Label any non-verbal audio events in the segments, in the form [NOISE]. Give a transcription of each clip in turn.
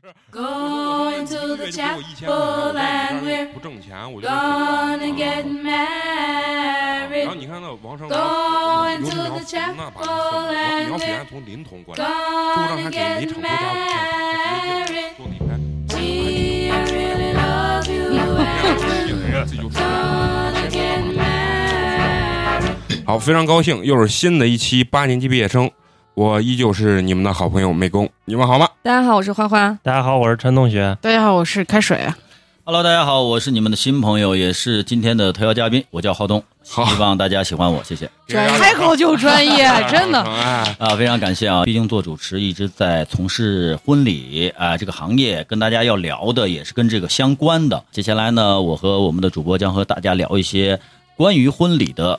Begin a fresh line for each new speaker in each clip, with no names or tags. Going to
一个月就
the
给我一千
chapel
块
and
钱，
we're
不挣钱，我就
gonna get
然后
married.
你看那王生，
Going
你
to
要
the
那
chapel
把你
and
要别
we're
人从临潼过来，就让他
gonna
给你
get
厂头加五千，
married.
做你拍，
Gee, I really love you
有
and
的人自己就哎
gonna get married.
好，非常高兴，又是新的一期八年级毕业生，我依旧是你们的好朋友美工，你们好吗？
大家好，我是花花。
大家好，我是陈同学。
大家好，我是开水啊。
Hello，大家好，我是你们的新朋友，也是今天的特邀嘉宾，我叫浩东，希
好
望大家喜欢我，谢谢
开口就专
[LAUGHS]
业，真的。
哎，
啊、非常感谢啊，毕竟做主持一直在从事婚礼啊、这个行业，跟大家要聊的也是跟这个相关的。接下来呢，我和我们的主播将和大家聊一些关于婚礼的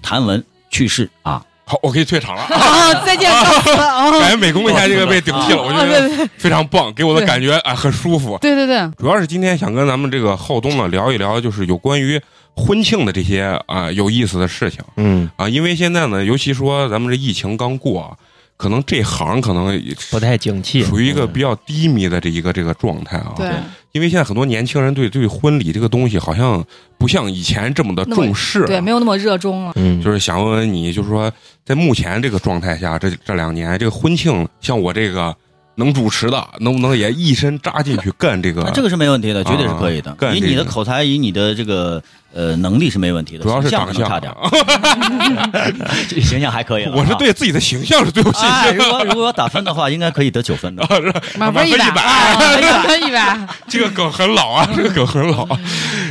谈文趣事啊，
好，我可以退
[LAUGHS]
场了。啊
哦，再见，告辞
感
哦。
觉美工一下这个被顶替了，我觉
哦对
得
对
非常棒，给我的感觉哎很舒服。
对对对，
主要是今天想跟咱们这个浩东呢聊一聊，就是有关于婚庆的这些啊、有意思的事情
嗯，
啊，因为现在呢，尤其说咱们这疫情刚过，啊，可能这行可能也
不太景气，
处于一
嗯
个比较低迷的这一个这个状态啊。
嗯对，
因为现在很多年轻人对对婚礼这个东西好像不像以前这么的重视、
对，没有那么热
[LAUGHS]
衷了。
嗯，
就是是想问问你，就是说在目前这个状态下，这这两年这个婚庆，像我这个能主持的，能不能也一身扎进去干这个？
啊这个是没问题的，绝对是可以的。
干
以
这
你
个
的口才，以你的这个呃能力是没问题的，
主要是
形
长
象可
相啊
能差点儿，
[LAUGHS]
这形象还可以了啊。
我是对自己的形象是最有信
哎，
心
如果
的。
如果打分的话，应该可以得九分的。 [LAUGHS]
满分一百，
满
啊满分一百。
这个梗很老啊，这个梗很老。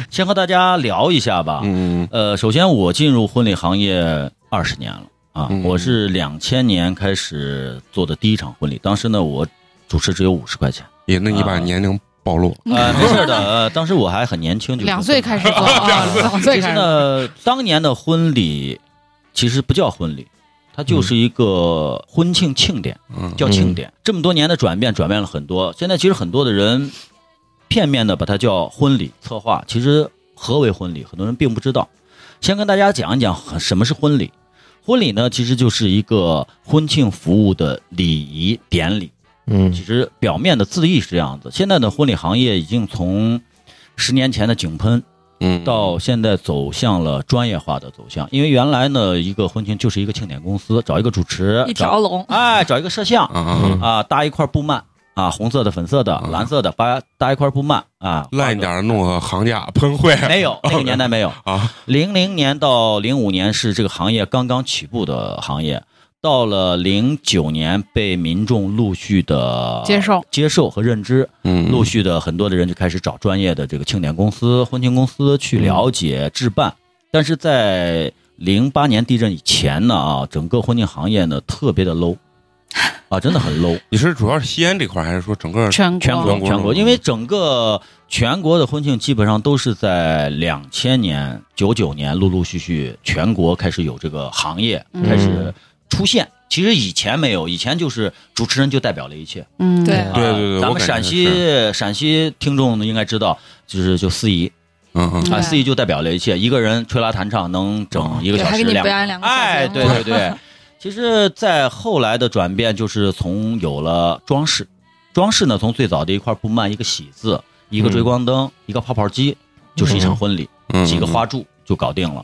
先和大家聊一下吧。
嗯，
呃，首先我进入婚礼行业二十年了啊，
嗯
我是两千年开始做的第一场婚礼，当时呢我主持只有五十块钱，
也，那你把
啊
年龄暴露，
呃，没事的，呃，当时我还很年轻，就
嗯
是
两岁开始做，啊两
其
岁
实
开始。
呢，当年的婚礼其实不叫婚礼，它就是一个婚庆庆典，
嗯，
叫庆典。这么多年的转变，转变了很多。现在其实很多的人片面的把它叫婚礼策划，其实何为婚礼，很多人并不知道。先跟大家讲一讲很什么是婚礼。婚礼呢，其实就是一个婚庆服务的礼仪典礼。
嗯
其实表面的字义是这样子。现在的婚礼行业已经从十年前的井喷
嗯，
到现在走向了专业化的走向，因为原来呢，一个婚庆就是一个庆典公司，找一个主持，
一
找
条龙，
哎，找一个摄像
啊啊，
啊，搭一块布幔啊，红色的、粉色的
啊、
蓝色的，搭搭一块布幔
[LAUGHS]
啊，
烂一点儿弄个行家 [LAUGHS] 喷绘
没有那个年代没有
啊，
零零年到零五年是这个行业刚刚起步的行业，到了零九年被民众陆续的
接受
接受和认知，
嗯，
陆续的很多的人就开始找专业的这个庆典公司、婚庆公司去了解置办，但是在零八年地震以前呢啊，整个婚庆行业呢特别的 [LAUGHS] low，啊，真的很 low。
你是主要是西安这块儿，还是说整个
全
全
国
国
国
全国，因为整个全国的婚庆基本上都是在两千年、九九年陆陆续续全国开始有这个行业
嗯
开始出现。其实以前没有，以前就是主持人就代表了一切。
嗯，
对
对对对
啊咱
我
们
感觉
陕西陕西听众应该知道，就是就司仪
嗯嗯
啊，
对
司仪就代表了一切，一个人吹拉弹唱能整一
哦
个
对，
小
还给
时
你
两
表演两个小时。
哎，对对对。 [LAUGHS] 其实，在后来的转变，就是从有了装饰，装饰呢，从最早的一块布幔、一个喜字、一个追光灯、一个泡泡机，就是一场婚礼，
嗯，
几个花柱就搞定了。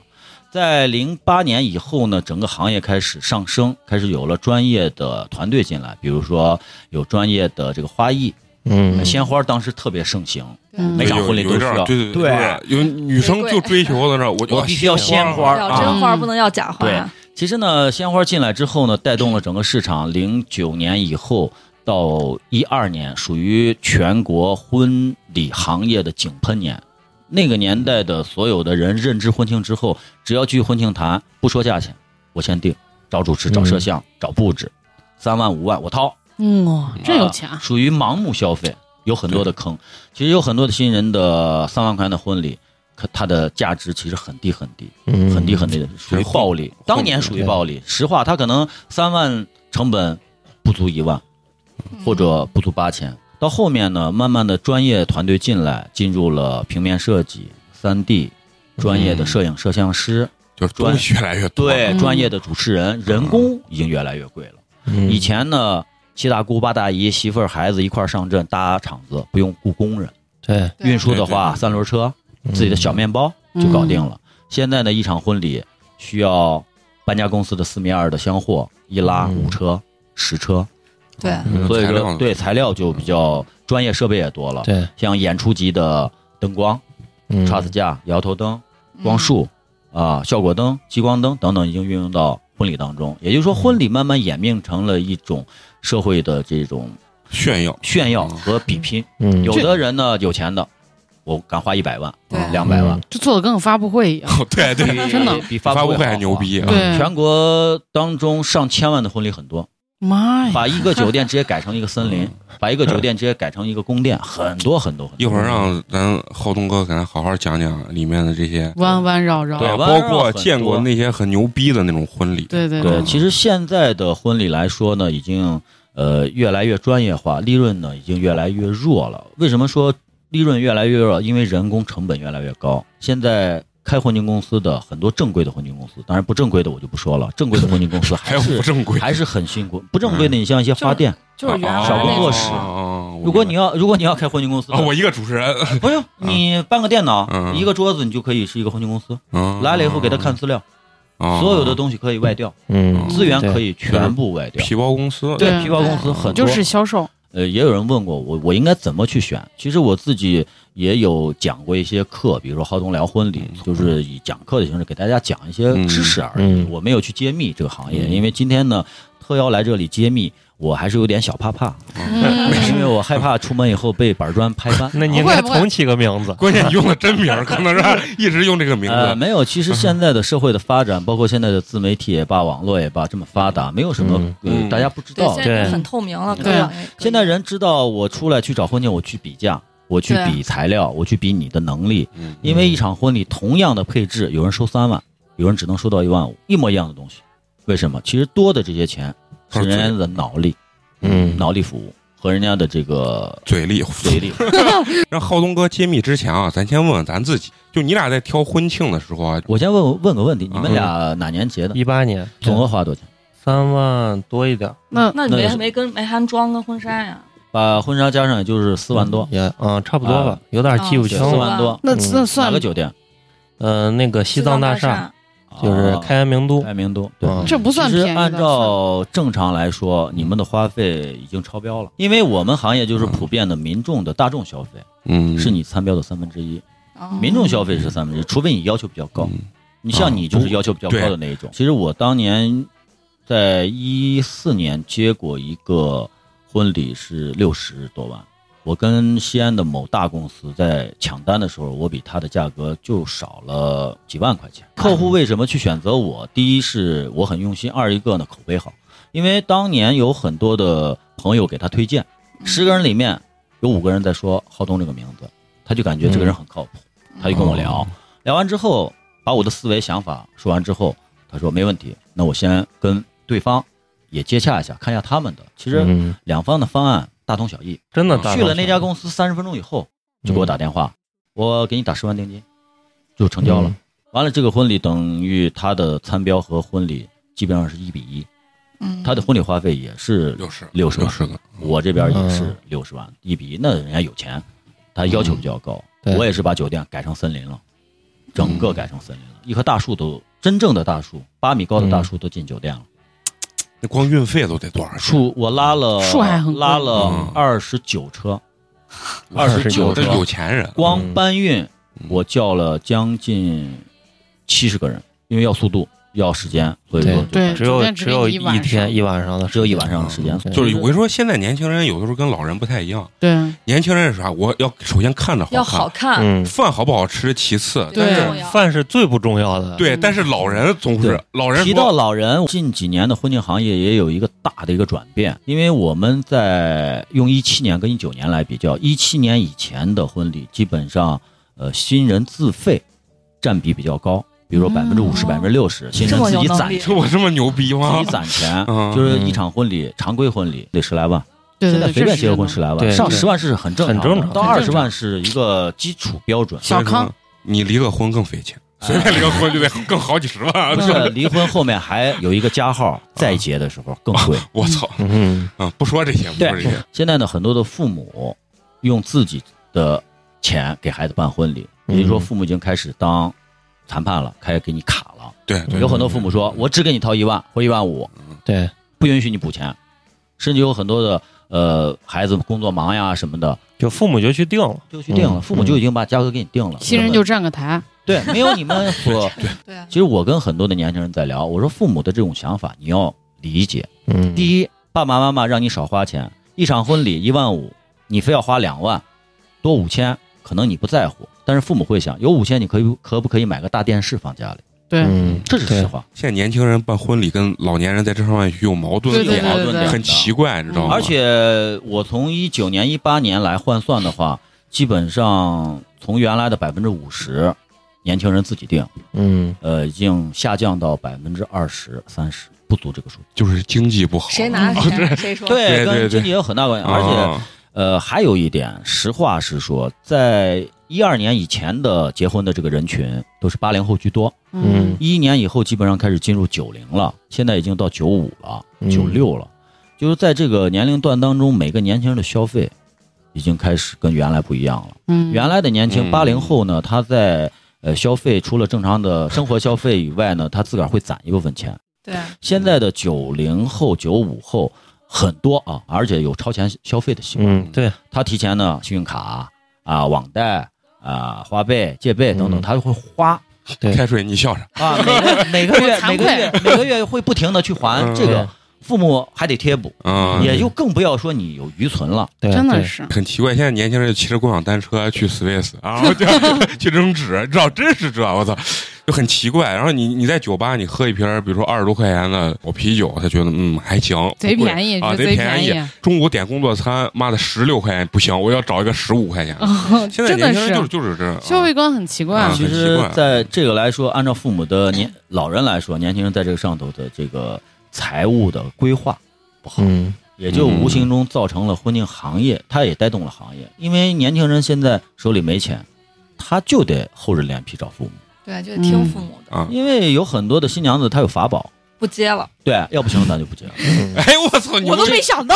在零八年以后呢，整个行业开始上升，开始有了专业的团队进来，比如说有专业的这个花艺，
嗯，
呃鲜花当时特别盛行，
嗯
每场婚礼
有有一
都需
阵儿
要
对
对
对，有女生就啊追求的这，我
我必须要鲜花
要
啊，
真花不能要假花。
对其实呢，鲜花进来之后呢，带动了整个市场。零九年以后到一二年，属于全国婚礼行业的井喷年。那个年代的所有的人认知婚庆之后，只要去婚庆谈，不说价钱，我先定，找主持、找摄像、找布置，三万五万我掏，
哇，
啊嗯
真有钱。啊
属于盲目消费，有很多的坑。其实有很多的新人的三万块钱的婚礼，可它的价值其实很低很低，
嗯
很低很低的，属于暴利。当年属于暴利，实话它可能三万成本不足一万，或者不足八千。到后面呢，慢慢的专业团队进来，进入了平面设计、三 D，专业的摄影摄像师，
就是东西越来越多，
对，
嗯
专业的主持人，人工已经越来越贵了。
嗯
以前呢，七大姑八大姨、媳妇儿、孩子一块儿上阵搭场子，不用雇工人。
对
对
运输的
对对
话，
对
三轮车、自己的
嗯
小面包就搞定了。现在呢，一场婚礼需要搬家公司的四米二的箱货一拉
嗯
五车、十车，
对，
嗯
所以
材料
说
呢
对材料就比较专业，设备也多了，
对，
像演出级的灯光、
嗯
叉子架、摇头灯、
嗯
光束啊、效果灯、激光灯等等，已经运用到婚礼当中。也就
嗯
是说，婚礼慢慢演变成了一种社会的这种
炫耀，
炫耀和比拼。
嗯
有的人呢，有钱的，我敢花一百万、
对
两百万，
这做的跟个发布会一样。
哦
[LAUGHS]
对对，
[LAUGHS]
比
真的
比发
发布会
好
还牛
啊。
逼啊！
对，
全国当中上千万的婚礼很多，
妈哎呀！
把一个酒店直接改成一个森林，把一个酒店直接改成一个宫殿，很多很多很
嗯一
多。
会儿让咱浩东哥给咱好好讲讲里面的这些，
弯弯绕绕，
对
啊
弯
包
绕
括
很多
见过那些很牛逼的那种婚礼，
对对
对，
嗯
其实现在的婚礼来说呢，已经呃越来越专业化，利润呢已经越来越弱了。为什么说利润越来越弱？因为人工成本越来越高。现在开婚庆公司的很多正规的婚庆公司，当然不正规的我就不说了，正规的婚庆公司
还
还
有
是
不正规，
[LAUGHS] 还是很辛苦。不正规的，你像一些花店，
就是原来
小工
那
作
种
室
哦
如果你要如果你要开婚庆公司的，
啊，我一个主持
[LAUGHS]
人，
不用你办个电脑，
嗯
一个桌子，你就可以是一个婚庆公司。
嗯
来了以后给他看资料，
哦
所有的东西可以外调，
嗯
资源
对
可以全部外调。
皮包公司，
对
皮包公司很多，
就是销售，
呃，也有人问过我，我应该怎么去选？其实我自己也有讲过一些课，比如说浩东聊婚礼，就是以讲课的形式给大家讲一些知识而已。
嗯。
我没有去揭秘这个行业，
嗯
因为今天呢，特邀来这里揭秘，我还是有点小
[LAUGHS]
怕怕，
嗯
因 [LAUGHS] 为我害怕出门以后被板砖拍翻哦
那你应该重起个名字，
关键你用的真名儿，可能
[LAUGHS]
是一直用这个名
呃，
字，
没有。其实现在的社会的发展，包括现在的自媒体也罢，网络也罢，这么发达，没有什么、
嗯
呃、大家不知
对，
道的
现在
对
很透明了，
对
各种也可以
现在人知道我出来去找婚庆，我去比价，我去
对啊
比材料，我去比你的能力。
嗯
因为一场婚礼同样的配置，有人收三万，有人只能收到一万五，一模一样的东西。为什么？其实多的这些钱是人家的脑力，
嗯
脑力服务和人家的这个
嘴利。[LAUGHS]
嘴力。
让浩东哥揭秘之前啊，咱先问问咱自己，就你俩在挑婚庆的时候啊，
我先问问个问题，你
嗯
们俩哪年结的？
一八年
总额花多少钱？
三万多一点儿，
那
那你
那
没
是
没跟没含妆跟婚纱呀？
把婚纱加上，也就是四万多，
也嗯差不多吧
啊，
有点记不
四
清
嗯
了。
万多。
那
嗯
那
哪
算
个酒店？
嗯，那个西藏大厦
厦，
就是开元明都
开，明都。哦对，
嗯
这不算
其实
便宜的
按照正常来说，你们的花费已经超
嗯
标了，因为我们行业就是普遍的民众的大众消费
嗯，
是你参标的三分之一，
哦
民众消费是三分之一，除非你要求比较高。
嗯
你像你就是要求比较高
啊不
的那一种。其实我当年在一四年接过一个婚礼是六十多万，我跟西安的某大公司在抢单的时候，我比它的价格就少了几万块钱。客
嗯
户为什么去选择我？第一是我很用心，二一个呢口碑好，因为当年有很多的朋友给他推荐，十个人里面有五个人在说浩东这个名字，他就感觉这
嗯
个人很靠谱，他就跟我
哦
聊，聊完之后把我的思维想法说完之后，他说没问题，那我先跟对方也接洽一下，看一下他们的。其实
嗯，
两方的方案大同小异。
真的大
去
众
了那
小嗯
家
众
公司三十分钟以后，就给我打电话，我给你打十万定金，就成交了。
嗯
完了，这个婚礼等于他的参标和婚礼基本上是一比一，
嗯，
他的婚礼花费也是
六十
六十
六
万，
十个，
我这边也是
嗯
六十万一比一，那人家有钱，他要求比较高。
嗯
对
我也是把酒店改成森林了，整个改成森林
嗯
了，一棵大树都真正的大树，八米高的大树都进酒店了。
那光运费都得多少钱？
树我拉了
树还很贵
拉了
嗯
二十九车，二十九
29
这
车
有钱人，
光搬运
嗯
我叫了将近七十个人，因为要速度要时间，所以说就
对
只
酒
有
店只
只
给
有
你一晚
一天
上
一晚上的时间，
只有一晚上的时间
嗯，
就是我跟你说，现在年轻人有的时候跟老人不太一样，
对
年轻人是啥？我要首先看着
要
看，
好看，
嗯，
饭好不好吃其次，但
对
对
是
重要
饭是最不重要的，
对，但是老人总是
对
老人
提
说
到老人，近几年的婚庆行业也有一个大的一个转变，因为我们在用一七年跟一九年来比较，一七年以前的婚礼基本上，呃新人自费占比比较高，比如说百分之五十、
哦
百分之六十，新人
这么
自
有
己
能
攒
力
钱，
这我这么牛逼吗
自己？攒钱，
嗯
就是一场婚礼，常规婚礼得十来万，
对
现
对
在
对，
随便结个婚
确
十
实
来
对
万，
对
上十万是很正常的，
很正常
到
很
二
正
十
常
万是一个基础标准。
小康，
你离个婚更费钱，
哎
随便离个婚就得更好几十
[LAUGHS]
万
不。是离婚后面还有一个加号，再结的时候更贵。
[LAUGHS] 我操！
嗯，
啊，不说这些，不说这些，
现在呢，很多的父母用自己的钱给孩子办婚礼，也就是说，
嗯
父母已经开始当谈判了，开始给你卡了。
对对
有很多父母说，我只给你掏一万或一万五，
对，
不允许你补钱，甚至有很多的呃孩子工作忙呀什么的，
就父母就去定了，
就去定了，
嗯
父母就已经把价格给你定了，
新人就啊站个台，
对，没有你们所。
对，
其实我跟很多的年轻人在聊，我说父母的这种想法你要理解。
嗯，一，
第一，爸爸妈妈让你少花钱，一场婚礼一万五，你非要花两万，多五千，可能你不在乎，但是父母会想，有五千你可以可不可以买个大电视放家里？
对，
嗯，
这是
对
实话，
现在年轻人办婚礼跟老年人在这上面有矛盾
对对
有
点，
矛盾
对嗯
点的
很奇。怪，你知道吗？
而且我从一九年、一八年来换算的话，基本上从原来的百分之五十，年轻人自己定，
嗯，
呃，已经下降到百分之二十、三十，不足这个数。
就是经济不好，
谁拿着钱谁说，
对对
跟
对
经济也有很大关系，
啊？
而且。呃，还有一点，实话实说，在一二年以前的结婚的这个人群都是八零后居多，
嗯
一一年以后基本上开始进入九零了，现在已经到九五了、
嗯
九六了，就是在这个年龄段当中，每个年轻人的消费已经开始跟原来不一样了。
嗯，
原来的年轻
嗯
八零后呢，他在呃消费除了正常的生活消费以外呢，他自个儿会攒一部分钱。
对，
啊
现在的九零后、九五后很多啊，而且有超前消费的习惯。
嗯，对，
他提前呢，信用卡啊、网贷啊、花呗、借呗等等，
嗯
他就会花
对
开水，你笑啥？
啊，每个每个月
惭
每
愧
个月每个月会不停的去还
嗯
这个，父母还得贴补，
啊，
也就更不要说你有余存了。
对，
真的
对，
是，
很奇怪，现在年轻人就骑着共享单车去 Swiss
[LAUGHS]
啊，就去扔纸，你知道真是这，我操，就很奇怪。然后你你在酒吧你喝一瓶儿，比如说二十多块钱的我啤酒，他觉得嗯还行，
贼
不贵
便宜，
啊，
就
贼
贼
便宜。
宜，
中午点工作餐，妈的十六块钱不行，我要找一个十五块钱的。
[LAUGHS]
现在
真的
年轻人就是就
是
是这样啊
消费观很奇怪
啊，
其
很奇
实
怪，
在这个来说，按照父母的年老人来说，年轻人在这个上头的这个财务的规划不好，
嗯，
也就无形中造成了婚庆行业，它也带动了行业，因为年轻人现在手里没钱，他就得厚着脸皮找父母。
对，就得听父母的，
啊。
因为有很多的新娘子她有法宝，
不接了，
对，要不行咱就不结了。
哎，我操，你
我都没想到，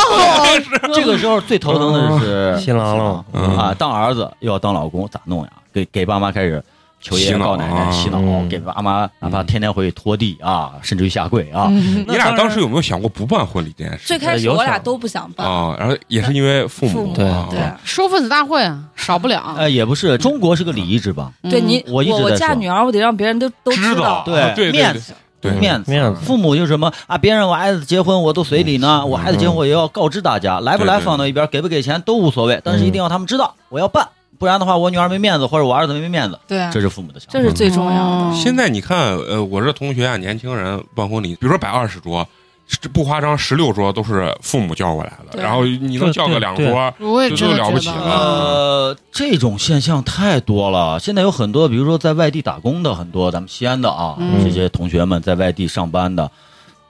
这个时候最头疼的是
新郎了
嗯
啊，当儿子又要当老公，咋弄呀？给给爸妈开始求爷
洗
爷
脑
告奶奶洗脑
嗯，
给爸妈哪怕天天回去拖地啊，甚至于下跪啊。
嗯
你俩当时有没有想过不办婚礼这件事？
最开始我俩都不想办，
啊，然后也是因为父
父
母
母
对
啊
对
收份子大会啊，少不了，
哎
呃，也不是，中国是个礼仪之邦，
嗯
对，你
我一直
我
在
嫁
说
女儿，我得让别人都都
知道
道，
对
嗯啊对对
面子
对
面子。
面子，
父母就什么啊？别人我孩子结婚我都随礼呢，我孩子结婚我也要告知大家，来不来
嗯对对嗯
放到一边，给不给钱都无所谓，但是一定要他们知道我要办，不然的话我女儿没面子或者我儿子没面子，
对，
这是父母的想法
这。是最重要
哦
的，
现在你看，呃，我这同学啊，年轻人办婚礼，比如说摆二十桌，这不夸张，十六桌都是父母叫过来的，
对
然后你能叫个两桌，
我也
这
真
就
的
了
觉
不
得
起啊了
呃，这种现象太多了。现在有很多，比如说在外地打工的，很多咱们西安的啊，
嗯
这些同学们在外地上班的，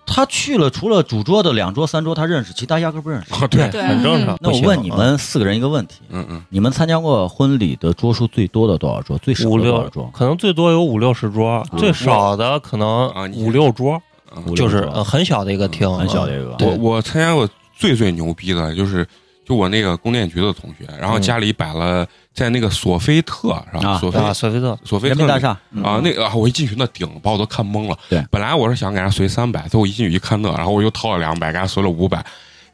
他去了，除了主桌的两桌、三桌他认识，其他压根儿不认
[LAUGHS]
识。
啊，
嗯
对，
对
很正常。
那
不
我
行
问你，们四个人一个问题：
嗯嗯，
你们参加过婚礼的桌数最多的多少桌？最少
五
的多
六
少桌？
可能最多有五六十桌，最少的可
啊
能
你
五六桌，
嗯
五六
就是
桌
呃很小的一个厅，
很小的一个。
对
我我参加过最最牛逼的就是。就我那个供电局的同学，然后
嗯
家里摆了在那个索菲特是吧？
啊
索菲
啊，索菲特，
索菲
人
特
民
那
大厦
啊，那个啊，我一进去那顶把我都看懵了。
嗯对
本来我是想给他随三百，最后一进去一看那，然后我又掏了两百，给他随了五百。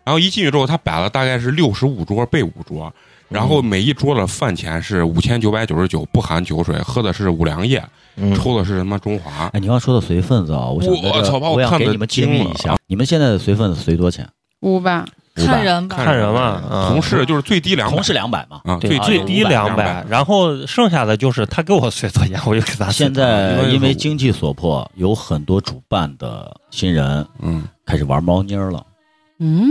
然后一进去之后，他摆了大概是六十五桌备五桌，然
嗯
后每一桌的饭钱是五千九百九十九，不含酒水，喝的是五粮液，
嗯
抽的是什么中华。
哎，你要说到随份子啊，我想在这
我操把我
我想
看
给
得
你们揭
惊
秘
了
一下，你们现在的随份子随多少钱？
五百，
看
五百，
人吧，
看人嘛嗯
同事就是最低两百
同事两百嘛。
啊，
对，
最
最低
两
两百，，然后剩下的就是他给我随多少钱，我就给他随
现
多少钱。
在因为经济所迫，有很多主办的新人
嗯，
开始玩猫妮儿了。
嗯，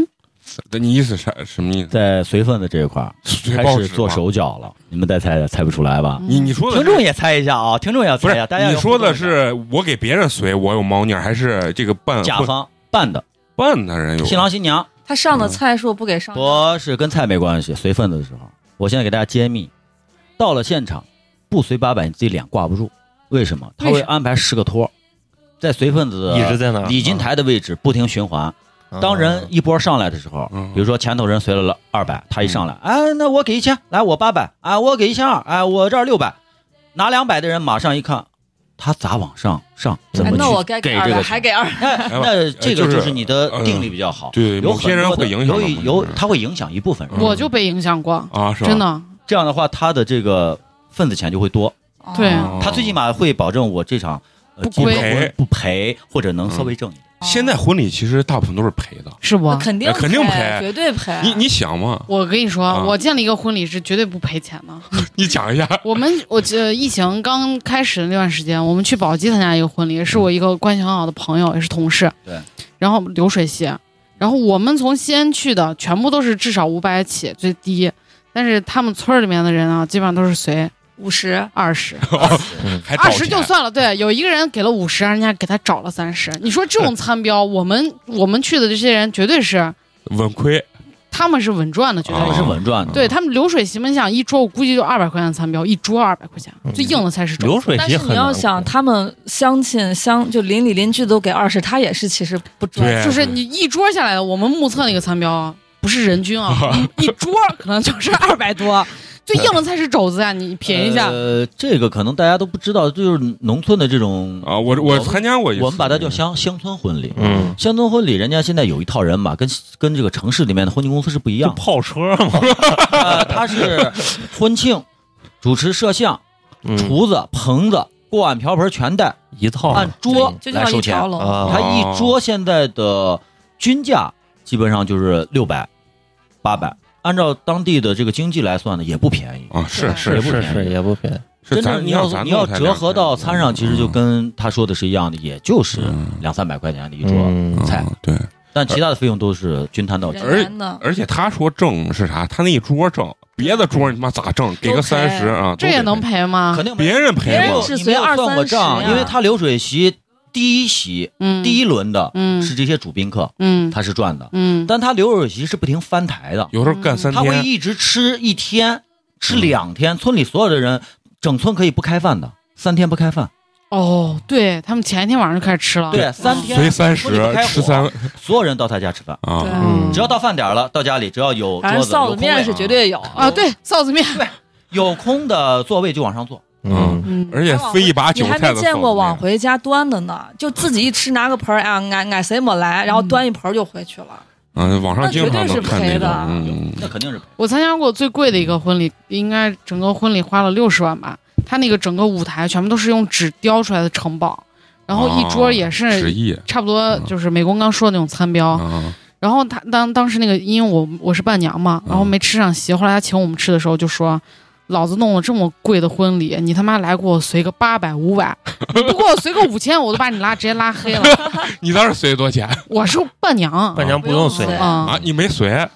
你意思啥？什么意思？
在随份子这一块儿
随
开
报纸
始做
吗
手脚了，你们再猜猜不出来
嗯
吧？
你你说的
嗯听
是
众也猜一下啊，听众也要
不
猜一
是
下，大家
你
要
说的
互动一下
是我给别人随，我有猫腻儿，还是这个办
甲
婚
方办的，
办的人有
新郎新娘
他上的哎菜说不给上，
不是跟菜没关系，随份子的时候，我现在给大家揭秘，到了现场不随八百，你自己脸挂不住，为什么？他
为
会
啥
安排十个托，在随份子
一直在那儿
礼金台的位置不停循环。
啊
嗯
当人一波上来的时候
嗯，
比如说前头人随了二百，他一上来，哎，那我给一千，来我八百，哎，我给一千二，哎，我这儿六百，拿两百的人马上一看，他咋往上上？
嗯
怎
哎
么去？
那我该
给
二
这
百，
个
还
钱
给二百，
哎，那这
就
个
是呃
就是你的定力比较好。
对
有
某些
很
人
多的
会影响到
有
某些
一有
人
他会影响一部分人。
嗯
我就被影响过，
啊，是吧
真的。
这样的话，他的这个份子钱就会多。
[LAUGHS] 对
哦
他最起码会保证我这场呃
不
基本
亏嗯
不赔，或者能稍微挣一点。
现在婚礼其实大部分都是赔的。
是不
那？肯定
哎肯定赔
绝对赔。
你你想嘛，
我跟你
啊
说，我见了一个婚礼是绝对不赔钱的。
你讲一下，
我们我呃，疫情刚开始的那段时间，我们去宝鸡参加一个婚礼，是我一个关系很好的朋友，也是同事。
对。
然后流水席，然后我们从西安去的全部都是至少五百起最低，但是他们村儿里面的人啊，基本上都是随
五十，
二十，
嗯
还找
二十就
钱
算了。对，有一个人给了五十，人家给他找了三十。你说这种参标，我们我们去的这些人绝对是
稳亏，
他们是稳赚的，绝对
啊
也
是。
哦是稳赚的。
对他们流水席嘛，你想一桌，我估计就二百块钱参标，一桌二百块钱，最硬的才是
流水
但
席
是
很
你要
难
想，他们相亲相就邻里邻居都给二十，他也是其实不赚。
对，
就是你一桌下来的，我们目测那个参标啊，不是人均
[LAUGHS]
啊，一一桌可能就是二百多，最硬的菜是肘子呀、你品一下。
呃，这个可能大家都不知道，就是农村的这种，
啊，我我参加过一次，
我们把它叫乡乡村婚礼。
嗯，
乡村婚礼，人家现在有一套人嘛，跟跟这个城市里面的婚庆公司是不一
就
样的。
泡车嘛，
呃，它是婚庆，主持、摄像、
嗯
厨子、棚子、锅碗瓢盆全带，
一
哦
套
按桌
就
来
叫
收
一
钱
条。龙，
啊，
它一桌现在的均价基本上就是六百、八百，按照当地的这个经济来算呢，也不便宜。
啊，是
对
是
是是
也不便宜。
是，
真
咱
正你要
咱
你
弄
要
才
折
两
合
千
到餐上，其实就
嗯
跟他说的是一样的，也就是
嗯
两三百块钱的一桌
嗯，
菜，
嗯对，
但其他的费用都是均摊到。
人员呢？
而且他说挣是啥？他那一桌挣，别的桌你妈咋挣？给个
都赔
三十啊，
这
都
也
得
能
赔？
赔吗？
肯定没
别人赔
别人
吗？
是
你没有
随
算过
二三十
账，
呀
因为他流水席第一席
嗯，
第一轮的
嗯，
是这些主宾客，
嗯
他是赚的，
嗯，
但他流水席是不停翻台的，
有时候干三
他会
天，
一直吃一天，吃两天，村里所有的人，整村可以不开饭的，三天不开饭，
哦，对他们前一天晚上就开始吃了，
对，三天
随三十
村里不开火
吃三
所有人到他家吃饭，
对
啊，
嗯
只要到饭点了，到家里只要有
反
桌
正
子有
臊子
空
面
位，
是绝对有
啊，对臊子面，
有空的座位就往上坐，
嗯
嗯，
嗯，
而且飞一把
你
韭
还
菜
没
的
见过往
往
回家端的呢，就自己一吃拿个盆儿啊，俺俺谁没来，然后
嗯
端一盆儿就回去了。
嗯，网上
那绝
经常
对
能
是
看那
赔的
种，嗯，
那肯定是赔。
我参加过最贵的一个婚礼，应该整个婚礼花了六十万吧。他那个整个舞台全部都是用纸雕出来的城堡，然后一桌也是、
啊
哦
十亿
差不多
哦嗯
就是美工刚说的那种餐标。
啊，
然后他当当时那个，因为我我是伴娘嘛，
嗯
然后没吃上席。后来他请我们吃的时候就说：“老子弄了这么贵的婚礼，你他妈来给我随个八百五百， [LAUGHS] 你不给我随个五千，我都把你拉直接拉黑了。
你当时随多少钱
我是伴娘
伴娘不用随
不，用
啊、
啊？你没随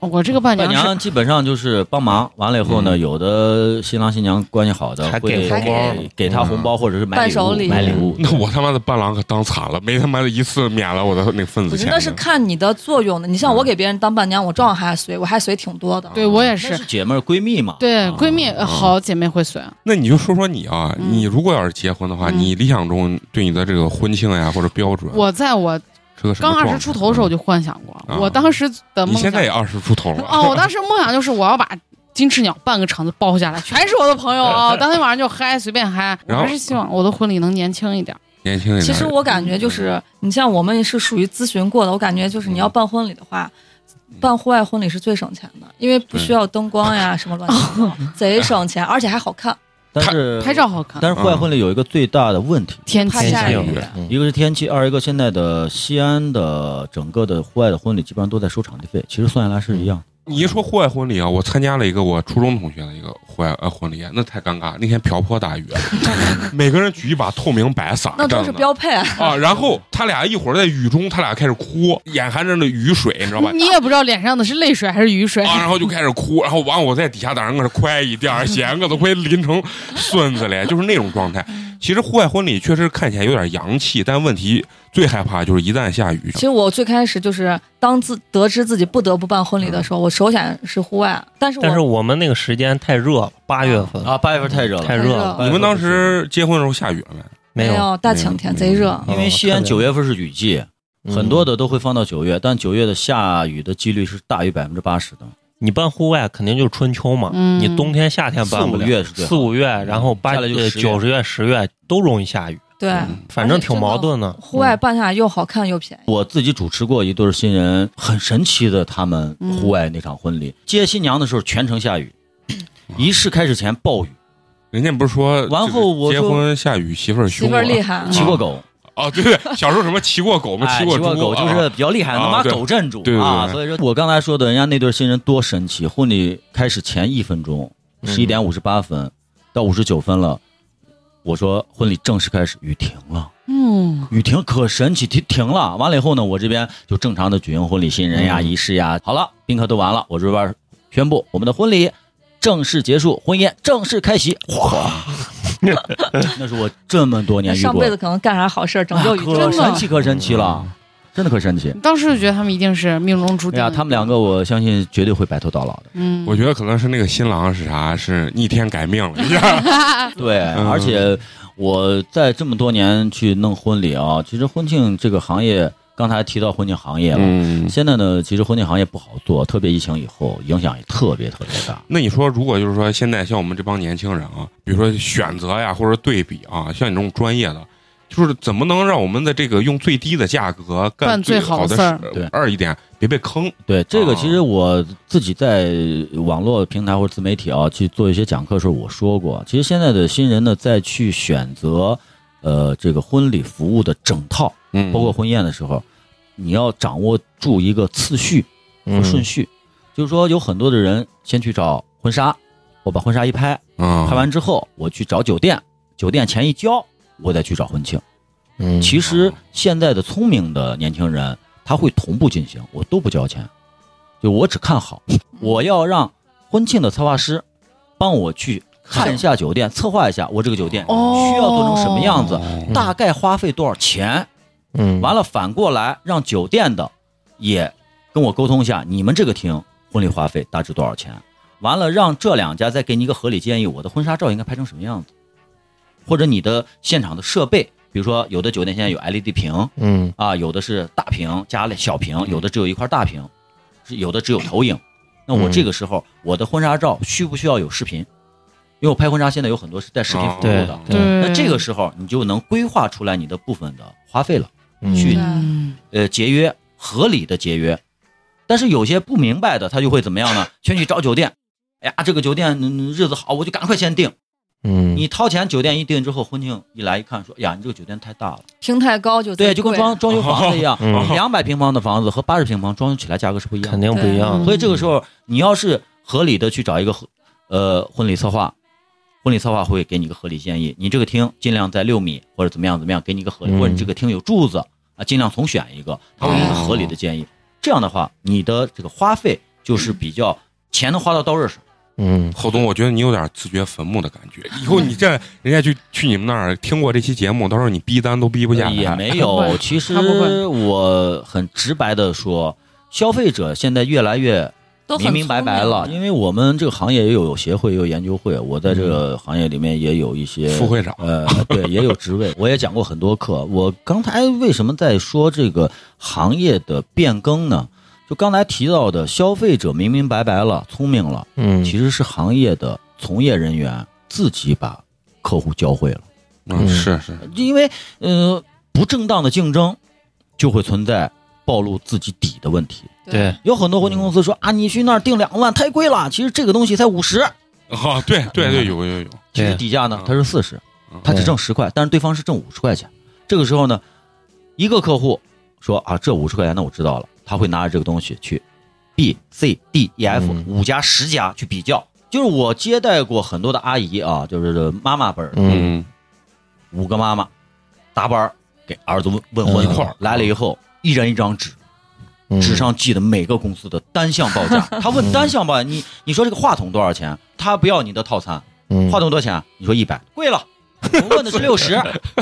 我这个伴
伴
娘是
娘基本上就是帮忙，完了以后呢，有的新郎新娘关系好的
还
会
给
红包
嗯给嗯给他红包，或者是买
伴
礼
手
物，
礼
买礼
嗯
物。
那我他妈的伴郎可当惨了，没他妈的一次免了我的那个份
我
子
觉
钱
得
呢。
那是看你的作用的。你像
嗯
我给别人当伴娘，我照样还随，我还随挺多的。
对我也
那
是
是，姐妹儿闺蜜嘛？
对
啊
闺蜜、呃好姐妹会随。
那你就说说你啊，
嗯
你如果要是结婚的话，
嗯
你理想中对你的这个婚庆呀或者标准，
我在我
是个什么
刚
状
二
态
十出头的时候我就幻想过，
啊
我当时的
你
梦
现
想
在也二十出头了
[LAUGHS] 哦，我当时梦想就是我要把金翅鸟半个场子包下来，全是我的朋友啊！当天晚上就嗨，随便嗨。我
然后
还是希望我的婚礼能年轻一点。
年轻一点。
其实我感觉就是，你像我们是属于咨询过的，我感觉
嗯
就是你要办婚礼的话，办户外婚礼是最省钱的，因为不需要灯光呀
嗯
什么乱七八糟，
[LAUGHS]
贼省钱，而且还好看。
但是
拍照好看，
但是户外婚礼有一个最大的问题，
天
怕
气
下
雨
雨，
嗯
呃一个是天气，二一个现在的西安的整个的户外的婚礼基本上都在收场地费，其实算下来是一样。
你一说户外婚礼啊，我参加了一个我初中同学的一个婚呃婚礼，那太尴尬。那天瓢泼大
[LAUGHS]
雨，每个人举一把透明白伞，
那都是
站着
标配啊。
[LAUGHS]
啊。然后他俩一会儿在雨中，他俩开始哭，眼含着那雨水，你知道吧？
你也不知道脸上的是泪水还是雨水。
啊，然后就开始哭，然后完我在底下在那儿快一点儿，闲个都快淋成孙子
[LAUGHS]
了，就是那种状态。其实户外婚礼确实看起来有点洋气，但问题最害怕就是一旦下雨
其，实我最开始就是当自得知自己不得不办婚礼的时
嗯
候，我首选是户外，但是我
但是我们那个时间太热了，八月份
啊，八月份太热
哦太
了，
热了，
热
你们当时结婚的时候下雨了没？
[LAUGHS]
没
没
有
有大晴
嗯
天，贼热。
嗯因为西安
哦
九月份是雨季，很多。的都会放到九月，但九月的下雨的几率是大于百分之八十的。
你办户外肯定就是春秋嘛，
嗯
你冬天夏天办不
四
了，
五月是最好
四五月，然后八
下来就
呃
十月
九十月十月都容易下雨，
对，
嗯反正挺矛盾的。嗯
户外办下来又好看又便宜。
我自己主持过一对儿新人，很神奇的，他们户外那场婚
嗯
礼，接新娘的时候全程下雨，
啊
仪式开始前暴雨，
人家不是说，
完后我
结
说
婚下雨媳妇儿
媳
凶
妇
我
儿厉害，啊
骑过狗，
[LAUGHS] 哦，对对，小时候什么骑过狗吗？
哎
骑
骑
猪，
狗
啊
就
啊
是比较厉害，能
啊
把
对
狗镇住
对对
啊。
对
所以说我刚才说的，人家那对新人多神奇，婚礼开始前一分钟，
嗯
十一点五十八分到五十九分了，我说婚礼正式开始，雨停了。
嗯，
雨停可神奇，停停了。完了以后呢，我这边就正常的举行婚礼新人呀、仪式呀。好了，宾客都完了，我这边宣布我们的婚礼正式结束，婚宴正式开席。哗，那是我这么多年遇
上
过啊
辈，子可能干啥好事儿拯救宇宙。
可
真的
神奇可神奇了，真的可神奇。
当时就觉得他们一定是命中注
哎
定。
呀，他们两，个我相信绝对会白头到老的。
嗯，
我觉得可能是那个新郎是啥，是逆天改命了一下。
啊
对，
嗯
而且我在这么多年去弄婚礼啊，其实婚庆这个行业，刚才提到婚庆行业了，
嗯，
现在呢，其实婚庆行业不好做，特别疫情以后，影响也特别特别大。
那你说，如果就是说现在像我们这帮年轻人啊，比如说选择呀，或者对比啊，像你这种专业的，就是怎么能让我们的这个用最低的价格干
干
最
最
好
好
的
的
事
事
儿
儿？
对
二一点别被坑。
对这
哦
个，其实我自己在网络平台或者自媒体啊去做一些讲课的时候，我说过，其实现在的新人呢，在去选择呃这个婚礼服务的整套，
嗯
包括婚宴的时候，你要掌握住一个次序
嗯
和
嗯
顺序，就是说有很多的人先去找婚纱，我把婚纱一拍，
啊，
拍完之后我去找酒店，酒店钱一交，我再去找婚庆。
嗯，
其实现在的聪明的年轻人，他会同步进行，我都不交钱，就我只看好，我要让婚庆的策划师帮我去看一下酒店，策划一下我这个酒店
哦
需要做成什么样子，
哦
大概花费多少钱，
嗯，
完了反过来让酒店的也跟我沟通一下，你们这个厅婚礼花费大致多少钱，完了让这两家再给你一个合理建议，我的婚纱照应该拍成什么样子，或者你的现场的设备，比如说有的酒店现在有 LED 屏，
嗯
啊，有的是大屏加了小屏，有的只有一块大屏，是有的只有投影。那我这个时候，我的婚纱照需不需要有视频？因为我拍婚纱现在有很多是带视频服务的
哦。
对，
那这个时候你就能规划出来你的部分的花费了，
嗯
去
嗯
呃，节约，合理的节约。但是有些不明白的，他就会怎么样呢？先去找酒店，哎呀，这个酒店嗯日子好，我就赶快先订。
嗯，
你掏钱，酒店一订之后，婚庆一来一看，说，哎呀，你这个酒店太大了。
平台高就
对，
贼
就跟
呃贵
装装修房子一样
嗯，
两百、平方的房子和八十平方装修起来价格是不一样
肯
的。
定不一样
对
的。
所以这个时候，你要是合理的去找一个合呃婚礼策划，婚礼策划会给你一个合理建议，你这个厅尽量在六米或者怎么样怎么样，给你一个合理，
嗯
或者你这个厅有柱子啊，尽量重选一个，他会给你合理的建议。这样的话，你的这个花费就是比较钱能花到刀刃上。
嗯，
侯东，我觉得你有点自掘坟墓的感觉。以后你这人家去去你们那儿听过这期节目，到时候你逼单都逼不下来。
也没
他不
有
会，
其实
他不会
我很直白的说，消费者现在越来越
都很
明明白白了，
聪
因
明
为我们这个行业也有协会，也有研究会，我在这个行业里面也有一些
副会长
呃，对，也有职位，我也讲过很多课。我刚才为什么在说这个行业的变更呢？就刚才提到的，消费者明明白白了，聪明了，
嗯，
其实是行业的从业人员自己把客户教会了。
嗯，是是，
因为呃不正当的竞争就会存在暴露自己底的问题。
对，
有很多婚庆公司说、啊，你去那儿定两万太贵了，其实这个东西才五十，
[LAUGHS] 哦，对对
嗯
对，有有有，
其实
对
底价呢
嗯
它是四十
嗯，
它只挣十块，但是对方是挣五十块钱。这个时候呢，一个客户说啊，这五十块钱，那我知道了，他会拿着这个东西去 B、C、D、E、F
嗯
五家十家去比较，就是我接待过很多的阿姨啊，就是妈妈辈儿，
嗯，
嗯
五个妈妈搭班儿给儿子问问
嗯
婚
一块
儿
来了以后，一人一张纸，
嗯
纸上记的每个公司的单项报价。他问单项报价，你你说这个话筒多少钱？他不要你的套餐，
嗯
话筒多少钱？你说一百，贵了。我们问的是六十，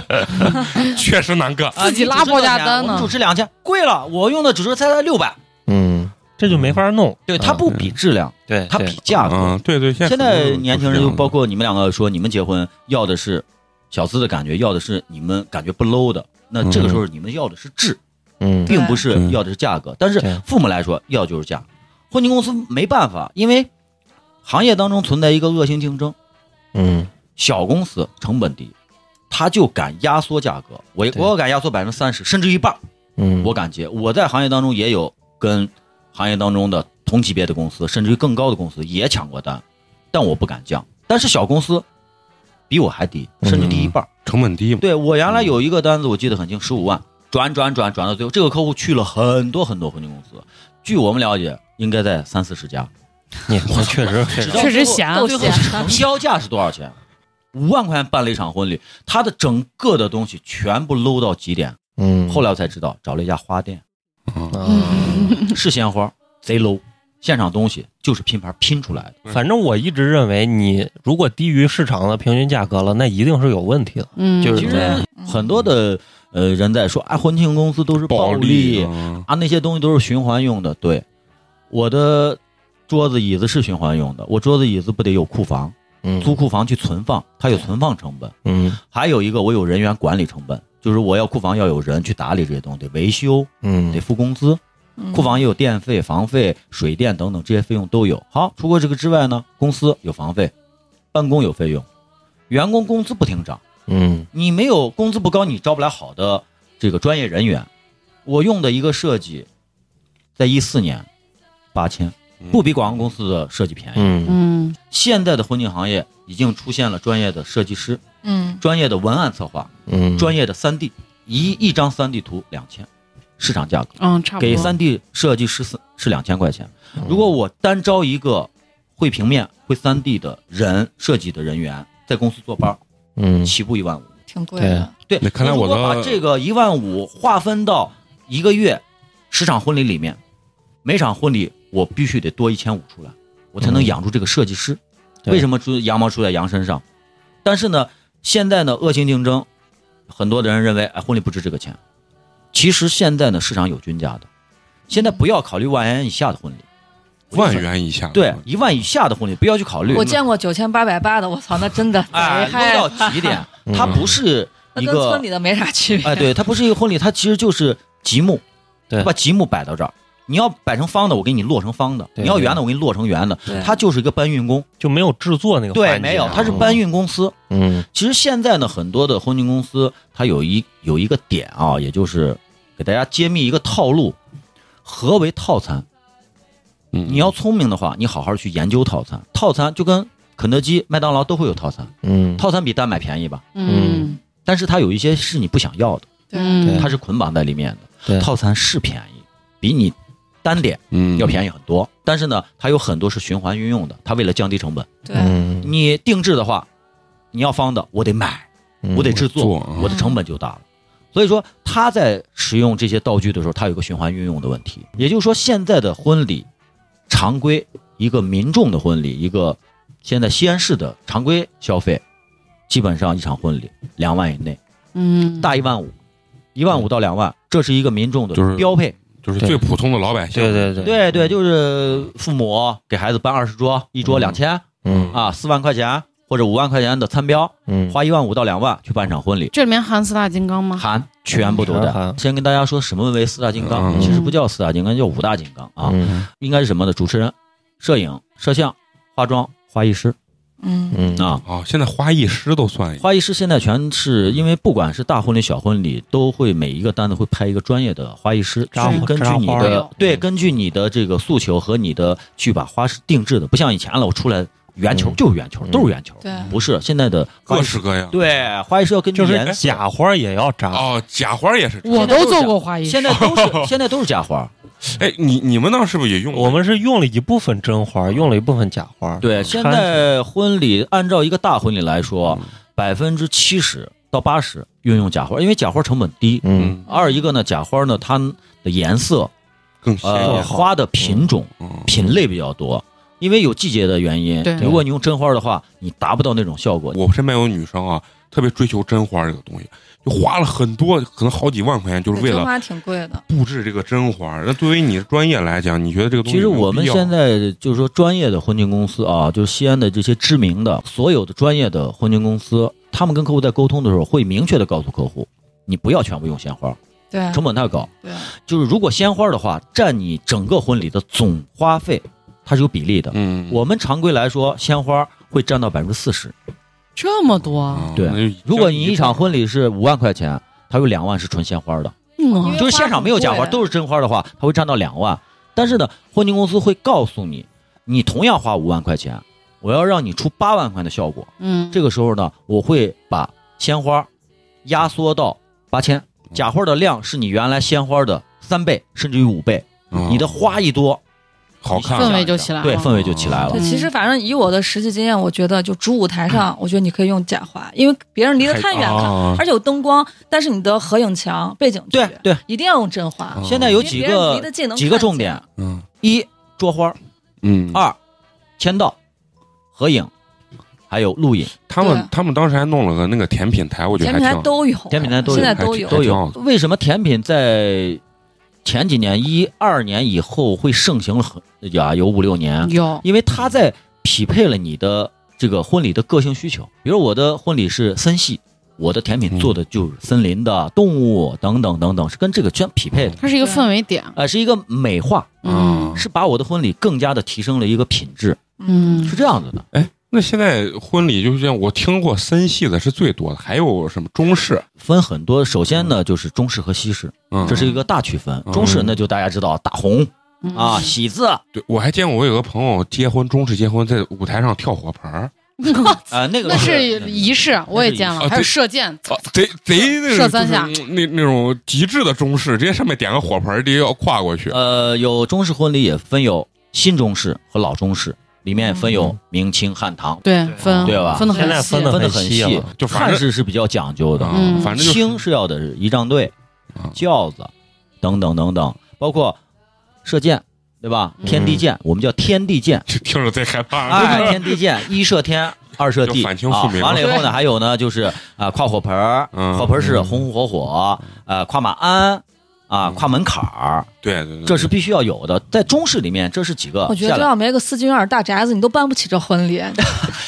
嗯确实难干。
啊
自己
你
拉
主持
报
多少
价
钱
单
我们
呢
主持两千，贵了。我用的主持才六百，
嗯，这就没法弄。
对他不比质量，
对，嗯
他
对
比价格。
嗯，对对，现
现
可
在
能
年
是
轻人
这
就
样的
包括你们两个说，你们结婚要的是小资的感觉，要的是你们感觉不 low 的。那这个时候你们要的是质，
嗯
并不是
对
要的是价格。但是
对
父母来说要就是价，婚庆公司没办法，因为行业当中存在一个恶性竞争。
嗯
小公司成本低，他就敢压缩价格，我
对
我敢压缩百分之三十，甚至一半儿，
嗯，
我敢接。我在行业当中也有跟行业当中的同级别的公司，甚至于更高的公司也抢过单，但我不敢降。但是小公司比我还低，甚至低
嗯
一半儿。
成本低嘛，
对我原来有一个单子，我记得很清，十五万，转转转转到最后，这个客户去了很多很多婚庆公司，据我们了解，应该在三四十家。
你那确实确实
到
确实
最后
闲
到最
够
后
闲
成交价是多少钱？五万块钱办了一场婚礼，他的整个的东西全部 low 到极点。
嗯，
后来我才知道，找了一家花店，
嗯
嗯
是鲜花，贼 low，现场东西就是拼盘拼出来的。
反正我一直认为，你如果低于市场的平均价格了，那一定是有问题的。
嗯，
就是
其
这
实
样
很多的呃人在说，啊，婚庆公司都是暴
暴
利
嗯
啊，那些东西都是循环用的。对，我的桌子椅子是循环用的，我桌子椅子不得有库房，
嗯
租库房去存放，它有存放成本。
嗯
还有一个我有人员管理成本，就是我要库房要有人去打理这些东西，得维修，
嗯
得付工资，
嗯
库房也有电费、房费、水电等等这些费用都有。好，除过这个之外呢，公司有房费，办公有费用，员工工资不停涨，
嗯
你没有工资不高，你招不来好的这个专业人员。我用的一个设计，在一四年，八千，不比广告公司的设
哎
计便宜。
嗯
嗯
现在的婚庆行业已经出现了专业的设计师、
嗯，
专业的文案策划，
嗯，
专业的三 D，一一张三 D 图两千，市场价格
嗯，差不多。
给三 D 设计师是是两千块钱。
嗯
如果我单招一个会平面、会三 D 的人设计的人员，在公司坐班儿，
嗯
起步一万五。
挺贵的，
对，
那看来我
如
的
果把这个一万五划分到一个月十场婚礼里面，每场婚礼我必须得多一千五出来，我才能养住这个设计师。
对
为什么出羊毛出在羊身上？但是呢，现在呢，恶性竞争，很多的人认为，哎，婚礼不值这个钱。其实现在呢，市场有均价的，现在不要考虑万元以下的婚礼，
万元以下，嗯
对一万以下的婚礼不要去考虑。
我见过九千八百八的，我操，那真的
嗯 [LAUGHS] 哎，
贼嗨
落到极点，它不是
嗯那
一
跟
个
村里的没啥区别。
[LAUGHS] 哎，对，它不是一个婚礼，它其实就是积木，
[LAUGHS] 对
它把积木摆到这儿。你要摆成方的，我给你摞成方的；
对
你要圆的，我给你摞成圆的。
对
它就是一个搬运工，
就没有制作那个环
对，
节
没有，它是
嗯
搬运公司。
嗯
其实现在呢，很多的婚庆公司，它有一有一个点啊，也就是给大家揭秘一个套路：何为套餐？
嗯，
你要聪明的话，你好好去研究套餐。套餐就跟肯德基、麦当劳都会有套餐，
嗯
套餐比单买便宜吧，
嗯
但是它有一些是你不想要的。
嗯，
它是捆绑在里面
对
的。套餐是便宜，比你单点
嗯
要便宜很多，但是呢，它有很多是循环运用的。它为了降低成本，
对，
嗯，
你定制的话，你要方的，我得买，
嗯
我得制
做
作，
啊
我的成本就大了。所以说，它在使用这些道具的时候，它有一个循环运用的问题。也就是说，现在的婚礼常规，一个民众的婚礼，一个现在西安市的常规消费，基本上一场婚礼两万以内。
嗯
大一万五，一万五到两万，这是一个民众的
就是
标配。
就是
对
最普通的老百姓，
对对对
对对，就是父母给孩子办二十桌，一
嗯
桌两千、
嗯
啊，四万块钱或者五万块钱的餐标，
嗯
花一万五到两万去办一场婚礼，
这里面含四大金刚吗？
含全部都
全
带。
含
先跟大家说什么为四大金刚，
嗯
其实不叫四大金刚，叫五大金刚啊，
嗯
应该是什么呢？主持人、摄影、摄像、化妆、花艺师
嗯，
嗯
啊。
哦，现在花艺师都算一个，
花艺师现在全是因为不管是大婚礼、小婚礼，都会每一个单子会派一个专业的花艺师，
扎
去
花
根据
扎
你
花嗯
的
料
对，根据你的这个诉求和你的去把花是定制的，不像以前了，我出来圆球
嗯
就是圆球，
嗯
都是圆球，
对
不是现在的花艺
各
师
式各样。哦
对花艺师要根据
就是
颜色，
假花也要扎，
哦，假花也是这样，
我都做过花艺师，
现在都是现在都是假花，
哎，你你们那是不是也用过？
我们是用了一部分真花，用了一部分假花。
对，现在婚礼按照一个大婚礼来说，百分之七十到八十运用假花，因为假花成本低。
嗯，
二一个呢，假花呢它的颜色，
更鲜
呃，
艳好。
花的品种、
啊嗯
品类比较多，因为有季节的原因
对。
如果你用真花的话，你达不到那种效果。
我身边有女生啊，特别追求真花这个东西，就花了很多，可能好几万块钱，就是为
真
了
花挺贵的，
布置这个真花。那对于你专业来讲，你觉得这个东西
其实
有没有
我们
必要
现在就是说，专业的婚庆公司啊，就是西安的这些知名的所有的专业的婚庆公司，他们跟客户在沟通的时候，会明确的告诉客户，你不要全部用鲜花，
对
成本太高。
对，
就是如果鲜花的话，占你整个婚礼的总花费，它是有比例的。
嗯，
我们常规来说，鲜花会占到百分之四十。
这么多，
啊
对
那就已经
如果你一场婚礼是五万块钱，它有两万是纯鲜花的，
因为
嗯，
就是现场没有假
花
花，
很贵
都是真花的话，它会占到两万。但是呢，婚庆公司会告诉你，你同样花五万块钱，我要让你出八万块的效果。
嗯，
这个时候呢，我会把鲜花压缩到八
嗯
千，假花的量是你原来鲜花的三倍甚至于五倍。
嗯
你的花一多，
好看嗯
氛围就起来了，
对，氛围就起来了哦
对，。其实反正以我的实际经验，我觉得就主舞台
嗯
上，我觉得你可以用假花，因为别人离得太远看，
啊
而且有灯光，但是你的合影墙、背景
哦对
区
对，
一定要用真花
嗯。
现在有
因为
几
别人离
个
得近能
几个
看见
重点：
嗯
一捉花，
嗯，
二签到、合影，还有录影。
他们
对
他们当时还弄了个那个甜品台，我觉得
甜
还
品
挺
台
好。
都有，
甜品台都有
现在
还
都
挺嗯
有。
还
都
挺
有
好的。
为什么甜品在前几年一二年以后会盛行了很呀有五六
嗯
年？
有
因为它在匹配了你的这个婚礼的个性需求。比如我的婚礼是森系，我的甜品做的就是森林的动物等等等等，是跟这个圈匹
嗯
配的。
它是一个
对
氛围点，
呃，是一个美化，
啊
嗯
是把我的婚礼更加的提升了一个品质，
嗯
是，这样子的。
那现在婚礼就是这样，我听过森系的是最多的，还有什么中式，
分很多，首先呢就是中式和西式，
嗯，
这是一个大区分。
嗯
中式那就大家知道大红
嗯
啊，喜字啊，
对我还见过，我有个朋友结婚中式结婚，在舞台上跳火盆儿，
呃那个
[LAUGHS] 那是仪式，我也见
啊
了，还有
对
射箭，
哦
啊，贼贼那个
射三下
就是嗯那那种极致的中式，直接上面点个火盆儿，直接要跨过去。
呃，有中式婚礼也分有新中式和老中式，里面分有明清汉唐，
对，分
哦对吧
分的
现在
很细
分，的
分得
很
很
细
细
了，
啊就反
汉
正
式是比较讲究的，
啊
嗯
反正就是
清是要的仪仗队
啊、
轿子等等等等，包括射箭，对吧？
嗯
天地箭，我们叫天地箭，
[LAUGHS] 就听着贼害怕。
哎，天地箭，一射天，二射地，
就反清复明
啊。完了以后呢，还有呢，就是啊、跨火盆儿，
嗯
火盆儿是红红火火，呃，跨马鞍。啊，跨门槛儿，
对对对，
这是必须要有的。在中式里面，这是几个
我觉得
下
这
来
要没个四军院大宅子，你都办不起这婚
[LAUGHS]
礼。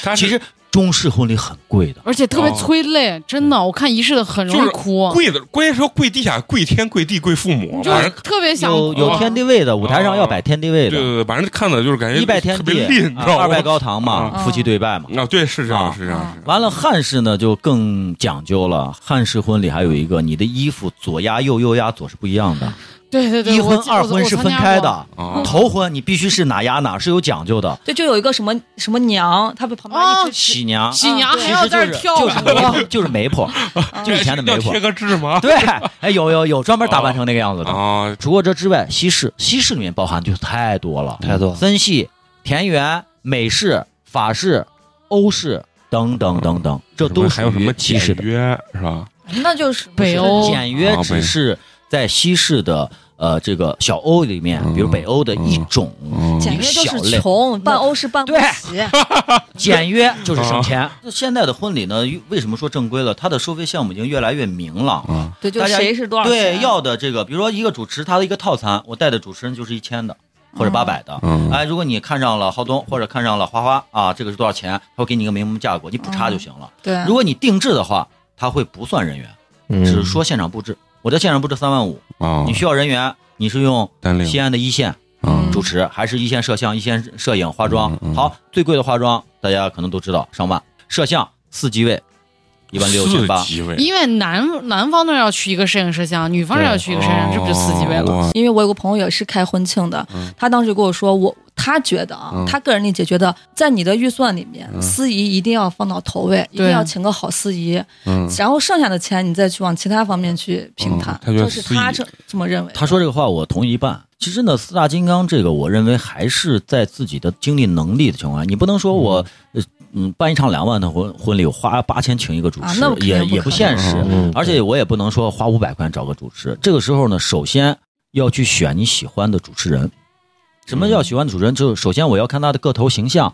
他
其实中式婚礼很贵的，
而且特别
哦
催泪，真的，我看仪式的很容
就
易
是
哭，
跪的，关键是要跪地下，跪天跪地跪父母，
就
反
是
正
特别想
有有
哭
天地位的，舞台上要摆天地位
哦对
的，
对对，反正看的就是感觉
一拜天
特
地
别厉，你
啊
知道吗？
二拜高堂嘛，
嗯
夫妻对拜嘛。
啊，对，是这样，
啊
是这样，是这样
完了，汉式呢就更讲究了。汉式婚礼还有一个，你的衣服左压右，右压左是不一样的。
对对对，
一
我
婚
记
二婚是分开，的，
啊，
头婚你必须是哪压哪是有讲究的。
对，就有一个什么什么娘，她被旁边一直
喜娘
我参加过喜娘
其
还要
实
在这
就是
儿跳
就
舞啊
是媒婆，就是媒婆，
嗯
就是以前的媒
要
婆
贴。个痣吗？
对，哎，有有有，专门打扮成那个样子的。
啊，
除过这之外，西式西式里面包含就太多了，
太多了
森系、田园、美式、法式、欧式等等等等，这
什
都
么还有
属
什
于
么
西式
简
的。
约是吧？
那就是
北欧
简约
啊
只
北
是在西式的呃这个小欧里面，比如北欧的一种。
嗯
简约就
小
是
类
穷，办欧式办不
对
起。
[LAUGHS] 简约就是
哦
省钱。那现在的婚礼呢，为什么说正规了？它的收费项目已经越来越明朗。
啊，
对，就
大家
谁是多少钱？啊
对，要的这个，比如说一个主持，他的一个套餐，我带的主持人就是一千的或者八百的。
嗯，
哎，如果你看上了浩东或者看上了花花啊，这个是多少钱？他会给你一个明文价格，你补差就行了。
对，
如果你定制的话，他会不算人员，
嗯，
只是说现场布置。我在现场布置三万五，
啊，
你需要人员，你是用
单
西
领
安的一线
啊
嗯
主持，还是一线摄像、一线摄影、化妆
嗯嗯？
好，最贵的化妆大家可能都知道，上万；摄像四机位，一万六千八
四。级位，
因为男男方那儿要去一个摄影师项，女方这儿要去一个摄影，这不就四级位了？
哦
因为我有个朋友也是开婚庆的，
嗯
他当时跟我说，我他觉得啊，
嗯
他个人理解觉得，在你的预算里面，
嗯
司仪一定要放到头位，一定
对
要请个好司仪，
嗯，
然后剩下的钱你再去往其他方面去评判
嗯，他觉得
这是
司仪
他这这么认为的。
他说这个话，我同意一半。其实呢，四大金刚这个，我认为还是在自己的经济能力的情况下，你不能说我，呃嗯，办一场两万的婚婚礼，我花八千请一个主
啊
持，
那肯定
也
不可
也不
能
现实。
嗯
而且我也不能说花五百块钱找个主持。这个时候呢，首先要去选你喜欢的主持人。什么叫喜欢的
嗯
主持人？就是首先我要看他的个头形象，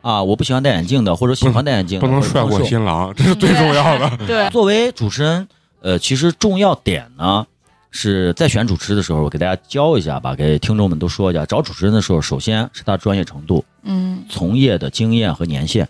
啊，我不喜欢戴眼镜的，或者喜欢戴眼镜的
不能
或者
帅过
胖瘦
新郎，这是最重要的。
对，
作为主持人，呃，其实重要点呢是在选主持的时候，我给大家教一下吧，给听众们都说一下。找主持人的时候，首先是他专业程度、
嗯，
从业的经验和年限。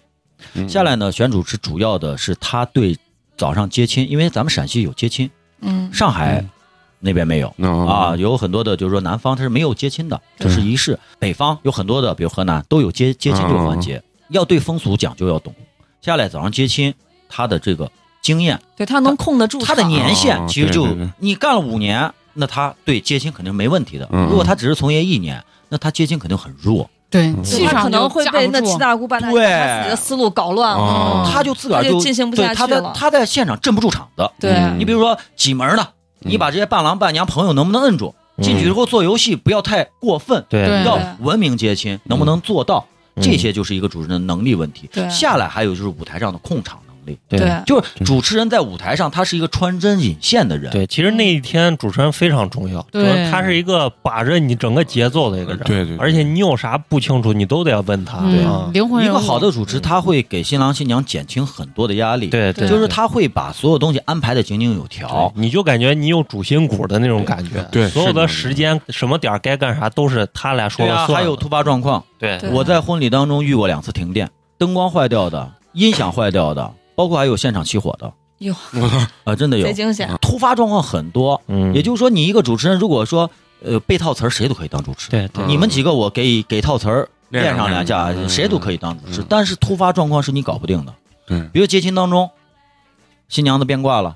嗯
下来呢，选主持主要的是他对早上接亲，因为咱们陕西有接亲，
嗯
上海
嗯
那边没有。
嗯
[LAUGHS] 啊，，有很多的，就是说南方它是没有接亲的，这是仪式；北方有很多的，比如河南都有接接亲这个环节，
嗯
要对风俗讲究要懂。下来早上接亲，他的这个经验，
对他能控得住
他的
场
年限
哦
其实就
对对对
你干了五年，那他对接亲肯定是没问题的。
嗯
如果他只是从业一年，那他接亲肯定很弱，
对，
嗯
气
他
场
可能会被那七
七
大姑八大姨
对嗯
把自己的思路搞乱嗯了。
哦
他就自个儿
他就进行不下
对他
去
在
了
他在现场镇不住场子。
对，
嗯
你比如说几门呢，你把这些伴郎伴娘朋友能不能摁住？进去之后做游戏不要太过分，
对
要文明接亲，能不能做到？
嗯
这些就是一个主持人的能力问题。
对
下来还有就是舞台上的控场能力，
对
对
就是主持人在舞台上他是一个穿针引线的人。
对，其实那一天主持人非常重要，
对
主要他是一个把着你整个节奏的一个人，
对对对
而且你有啥不清楚，你都得要问他，啊
嗯，，灵魂
一
人物
个好的主持，他会给新郎新娘减轻很多的压力。，
对对，
就是他会把所有东西安排的井井有条
对，。你就感觉你有主心骨的那种感觉，
对
所
是
有
的
的时间什么点儿该干啥都是他来说
对
了
啊，
算的，
还有突发状况，
对
对
我在婚礼当中遇过两次停电，灯光坏掉的，音响坏掉的，包括还有现场起火的。
哟
[LAUGHS] 啊，真的有
贼惊险。
突发状况很多。
嗯，
也就是说，你一个主持人如果说呃背套词儿，谁都可以当主持。
对对
你
嗯
们几个我给给套词儿
练
练
上
上
两
两
下
下，
嗯
谁都可以当主持
嗯。
但是突发状况是你搞不定的，
对
比如接亲当中，新娘子变卦了，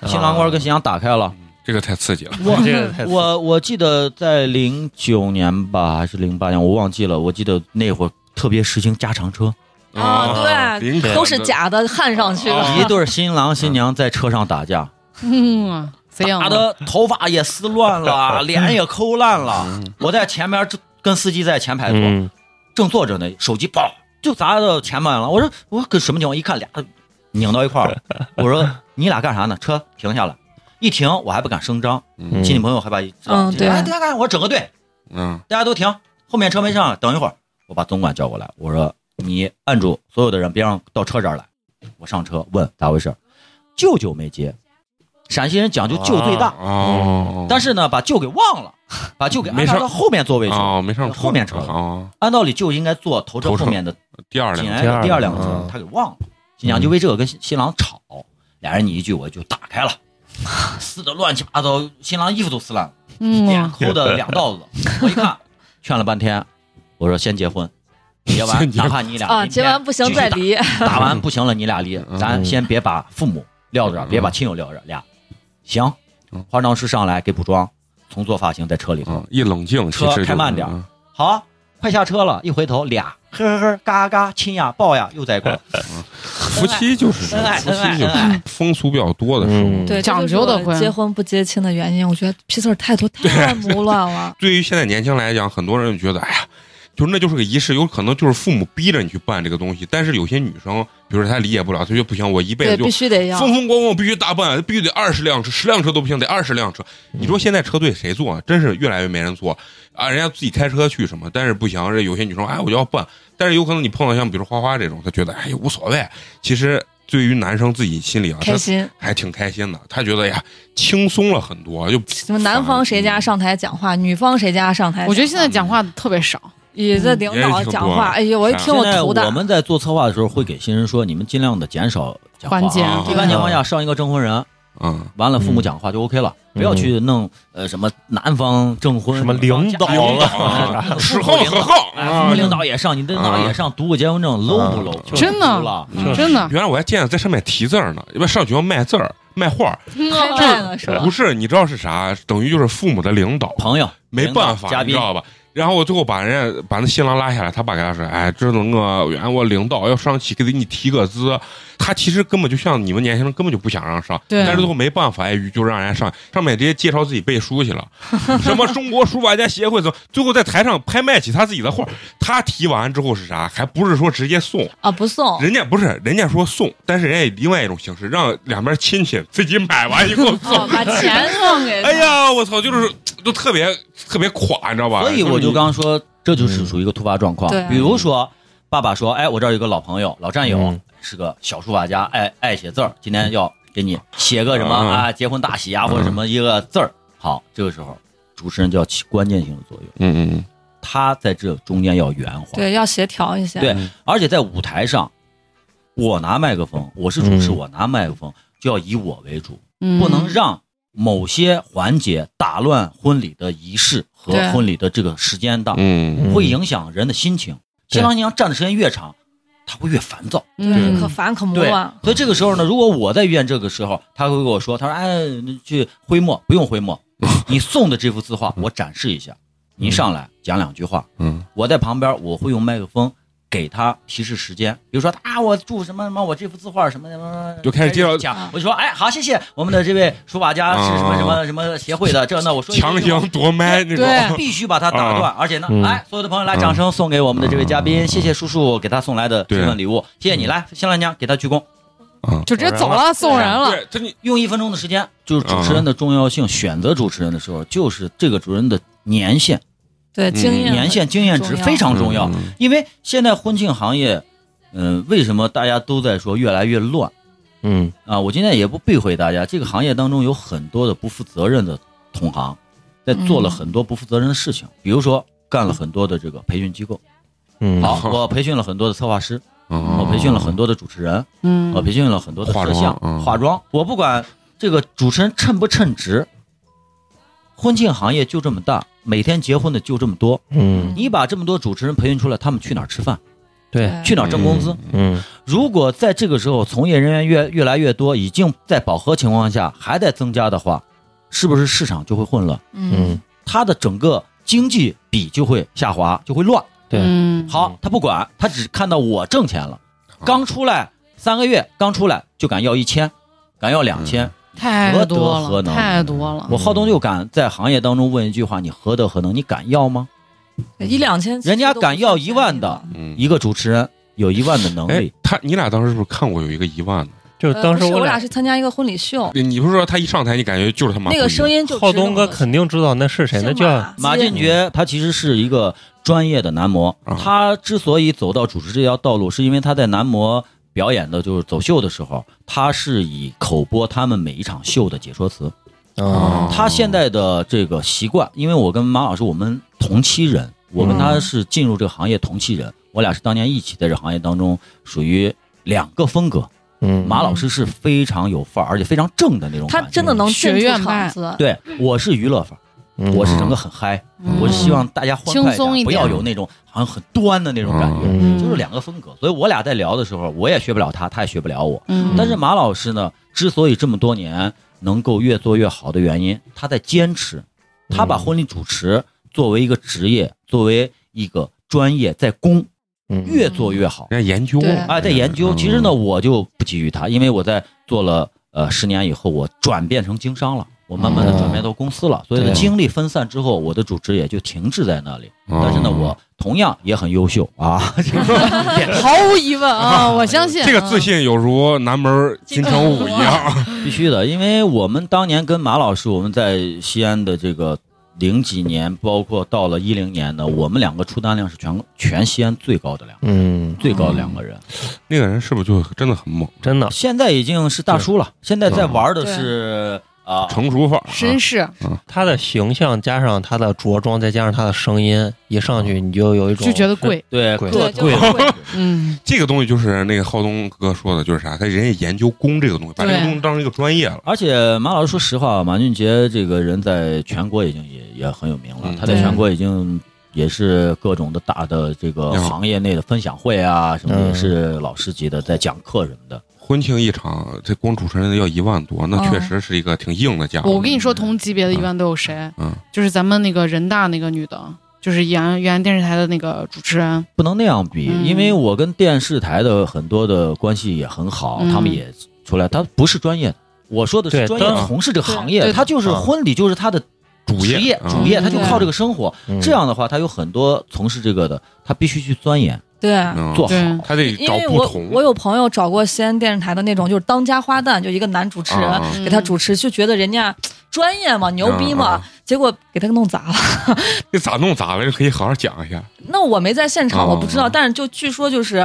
啊
新郎官跟新娘打开了。
这个太刺激了。
我
这个太
我我记得在零九年吧，还是零八年，我忘记了。我记得那会儿特别实行加长车，
啊
嗯
对
林肯
都是假的，焊上去
啊
的。
哦一对儿新郎新娘在车上打架，
嗯，贼样
打的头发也撕乱了，脸也抠烂了。我在前面就跟司机在前排坐，
嗯，
正坐着呢，手机砰就砸到前面了。我说我跟什么情况？一看俩拧到一块儿了。我说你俩干啥呢？车停下来，一停我还不敢声张，
嗯
亲戚朋友害怕一知道。
嗯
亲戚
对
哎，大家干，我说整个队，
嗯
大家都停，后面车没上，等一会儿我把总管叫过来，我说你按住所有的人，别让到车这儿来。我上车问咋回事儿，舅舅没接，陕西人讲究舅最大。嗯
哦，
但是呢，把舅给忘了，把舅给安
没事
排
儿
到后面座位去。
哦，没上车
后面车
哦，
按道理舅应该坐头车
头车
后面的
第二
紧
辆啊
挨着第
第
二
二
辆
辆
车
嗯，
他给忘了。新娘就
嗯
为这个跟新新郎吵，俩人你一句我一句打开了，撕的乱七八糟，新郎衣服都撕烂了， [LAUGHS] 脸
嗯，
抠的两道
[LAUGHS]
子。我一看，劝了半天，我说先结婚，结完
先结
哪怕你
[LAUGHS]
俩
啊，
明
结
天
完不行
继续
再
打
离。
打完不行了，你俩离，咱
嗯
先别把父母撂着，别把亲友撂着，俩行
嗯。
化妆师上来给补妆，从做发型在车里头
嗯，，一冷静，
车
其实就
开慢点儿
嗯
好啊，快下车了，一回头俩呵呵呵嘎嘎亲呀抱呀又在一块儿，
夫妻就是这
恩
样
爱
夫
恩爱
妻就
恩
是
爱，
风俗比较多的时候。
嗯，
[LAUGHS] 对，这
讲
就是
究的
我
婚
结婚不接亲的原因，我觉得批次儿太多，太胡乱
[LAUGHS]
了。
对于现在年轻人来讲，很多人觉得，哎呀，就那就是个仪式，有可能就是父母逼着你去办这个东西。但是有些女生，比如说她理解不了，她就不行，我一辈
对，
子就
必须得要。
风风光光必须大办，必须得二十辆车，十辆车都不行，得二十辆车。你说现在车队谁坐啊？真是越来越没人坐啊！人家自己开车去什么，但是不行，这有些女生哎我就要办，但是有可能你碰到像比如花花这种，她觉得哎呀无所谓。其实对于男生自己心里啊，
开
他
心，
还挺开心的，他觉得呀轻松了很多，就
什么男方谁家上台讲话，女方谁家上台讲话，
我觉得现在讲话特别少，
也
嗯
在领导讲话，哎呀，我一听
现
我
在
头大
我。们在做策划的时候会给新人说，你们尽量的减少讲话啊
环节
啊
一般情况下上一个证婚人，
嗯，
完了，父母讲话就 OK 了，不要去弄呃什么男方证婚
什么领导
领
[LAUGHS]
了
导，啊
史
父母
浩
领
和啊
导，
浩
哎，父母领导也上，你领导也上，读个结婚证 low
啊
不 low？
真的
服了，
嗯真的，
原来我还见了在上面提字儿呢，因为上学要卖字儿、卖画儿，
太烂了是吧
不？是你知道是啥？等于就是父母的领导，
朋友
没办
领导嘉
法，你
宾
知道吧？然后我最后把人家把那新郎拉下来，他爸给他说：“哎，这能个原我领导要上去给你提个资。”他其实根本就像你们年轻人根本就不想让上，
对
但是最后没办法，哎，就让人家上上面直接介绍自己背书去了， [LAUGHS] 什么中国书法家协会怎么，最后在台上拍卖起他自己的画。他提完之后是啥？还不是说直接送，
啊，不送，
人家不是人家说送，但是人家以另外一种形式，让两边亲戚自己买完以后送
哦，。把钱送给他
哎，呀，我操，就是就特别特别垮，你知道吧？
所以我
是
就
你
刚刚说，这就是属于一个突发状况
对。
比如说，爸爸说：“哎，我这儿有个老朋友、老战友
嗯，
是个小书法家，爱爱写字儿，今天要给你写个什么
嗯
啊，结婚大喜啊，或者什么一个字儿。”好，这个时候主持人就要起关键性的作用，
嗯嗯嗯。
他在这中间要圆滑。
对，要协调一下。
对而且在舞台上，我拿麦克风，我是主持，
嗯
我拿麦克风就要以我为主，
嗯
不能让某些环节打乱婚礼的仪式和
对
婚礼的这个时间档。
嗯
嗯
会影响人的心情。
对
新郎新娘站的时间越长，他会越烦躁。
对，
嗯
可烦可磨啊。
所以这个时候呢，如果我在医院这个时候，他会跟我说：“他说，哎，你去挥墨，不用挥墨，
哦
你送的这幅字画我展示一下，你上来讲两句话。
嗯
我在旁边，我会用麦克风给他提示时间，比如说啊，我祝什么什么，我这幅字画什么什么，
就开始介绍啊
讲。我就说，哎，好，谢谢我们的这位书法家是什么什么什么协会的，这那我说一句
强行夺麦那 [LAUGHS]
对
种，
哎必须把它打断，而且呢，哎
嗯
来，所有的朋友来，掌声送给我们的这位嘉宾，谢谢叔叔给他送来的这份礼物，谢谢你，来，新郎娘给他鞠躬，
就直接走了，送人了。
对，他你
用一分钟的时间，就是主持人的重要性，选择主持人的时候，就是这个主持人的年限、
对，
嗯
经验
年限、经验值
重要
非常重要，
嗯
因为现在婚庆行业，嗯，为什么大家都在说越来越乱
嗯
啊？我今天也不避讳大家，这个行业当中有很多的不负责任的同行，在做了很多不负责任的事情，比如说干了很多的这个培训机构。
嗯，
好，我培训了很多的策划师，
嗯
我培训了很多的主持人，
嗯
我培训了很多的
化
摄
妆
像、
嗯
化妆。我不管这个主持人称不称职，婚庆行业就这么大，每天结婚的就这么多。
嗯
你把这么多主持人培训出来，他们去哪儿吃饭？
对，
去哪儿挣工资？
嗯
如果在这个时候从业人员越越来越多，已经在饱和情况下还在增加的话，是不是市场就会混乱？
嗯
嗯，
它的整个经济比就会下滑，就会乱。
对
嗯，
好
嗯，
他不管，他只看到我挣钱了。刚出来三个月，刚出来就敢要一千，敢要两千。
嗯
太多
何德何
了，
能
太多了。
我浩东就敢在行业当中问一句话：你何德何能？你敢要吗？
对一两千，
嗯人家敢要一万的
嗯
一个主持人有一万的能
哎
力，，
他你俩当时是不是看过有一个一万的？
就是
呃。
当
不
时
是我
俩
俩是参加一个婚礼秀，
你不是说他一上台你感觉就是他妈
那个声
音？
音就
浩东哥肯定知道那是谁，那叫
[LAUGHS] 马俊杰他其实是一个专业的男模
啊，
他之所以走到主持这条道路，是因为他在男模表演的就是走秀的时候，他是以口播他们每一场秀的解说词。
哦
啊，
他现在的这个习惯，因为我跟马老师我们同期人，我跟他是进入这个行业同期人，我俩是当年一起在这行业当中属于两个风格。
嗯，
马老师是非常有范儿，而且非常正的那种
他
感觉。
真的能进
学
出
院
场
派
子，
对我是娱乐范儿，
嗯
我是整个很嗨，
嗯
我是希望大家欢快
轻松一点
不要有那种好像很端的那种感觉，
嗯
就是两个风格。所以我俩在聊的时候，我也学不了他，他也学不了我。
嗯，
但是马老师呢，之所以这么多年能够越做越好的原因，他在坚持，他
嗯
把婚礼主持作为一个职业，作为一个专业在攻，
嗯
越做越好。
人家研究
对
啊，在研究。其实
哦
呢，，我就不急于他，因为我在做了呃十年以后，我转变成经商了，我慢慢的转变到公司了，所以呢，
嗯对
精力分散之后，我的主职也就停滞在那里。
嗯
但是呢，我同样也很优秀啊，
毫无疑问
[LAUGHS]
啊，我相信
这个自信有如南门金城武一样。
必须的，因为我们当年跟马老师，我们在西安的这个零几年，包括到了一零年呢，我们两个出单量是全全西安最高的两个。
嗯，
最高的两个人，
那个人是不是就真的很猛？
真的
现在已经是大叔了。现在在玩的是啊，
成熟范儿啊，
绅士，
他的形象加上他的着装，再加上他的声音，一上
嗯
去你就有一种
就觉得
[LAUGHS]
贵，
对，
贵
各
对，就是贵
嗯，
这个东西就是那个浩东哥说的，就是啥，他人家研究弓这个东西，把这个
对
东西当成一个专业了。
[LAUGHS] 而且马老师，说实话，马俊杰这个人在全国已经也也很有名了，
嗯
他在
对
全国已经也是各种的大的这个
嗯
行业内的分享会啊，什么
嗯
也是老师级的，在讲课什么的。
婚庆一场，这光主持人要一万多，那
嗯
确实是一个挺硬的价。
我跟你说，同级别的一般都有谁？
嗯
就是咱们那个人大那个女的，就是原原电视台的那个主持人，
不能那样比，
嗯
因为我跟电视台的很多的关系也很好，
嗯
他们也出来，他不是专业的，我说的是
对
专业
当
从事这个行
对
业，
对
他就是
嗯
婚礼就是他的
主
职业
嗯
主业，
嗯
他就靠这个生活。
嗯
这样的话，他有很多从事这个的，他必须去钻研
对。
嗯
做好。
对，
他得
因
找
为
不
我
同。
我有朋友找过西安电视台的那种，就是当家花旦，就一个男主持人、
啊啊
给他主持，就觉得人家专业嘛，牛逼嘛，
啊啊
结果给他弄砸了。
这咋弄咋了？这可以好好讲一下，
那我没在现场，
啊
我不知道，
啊
但是就据说就是，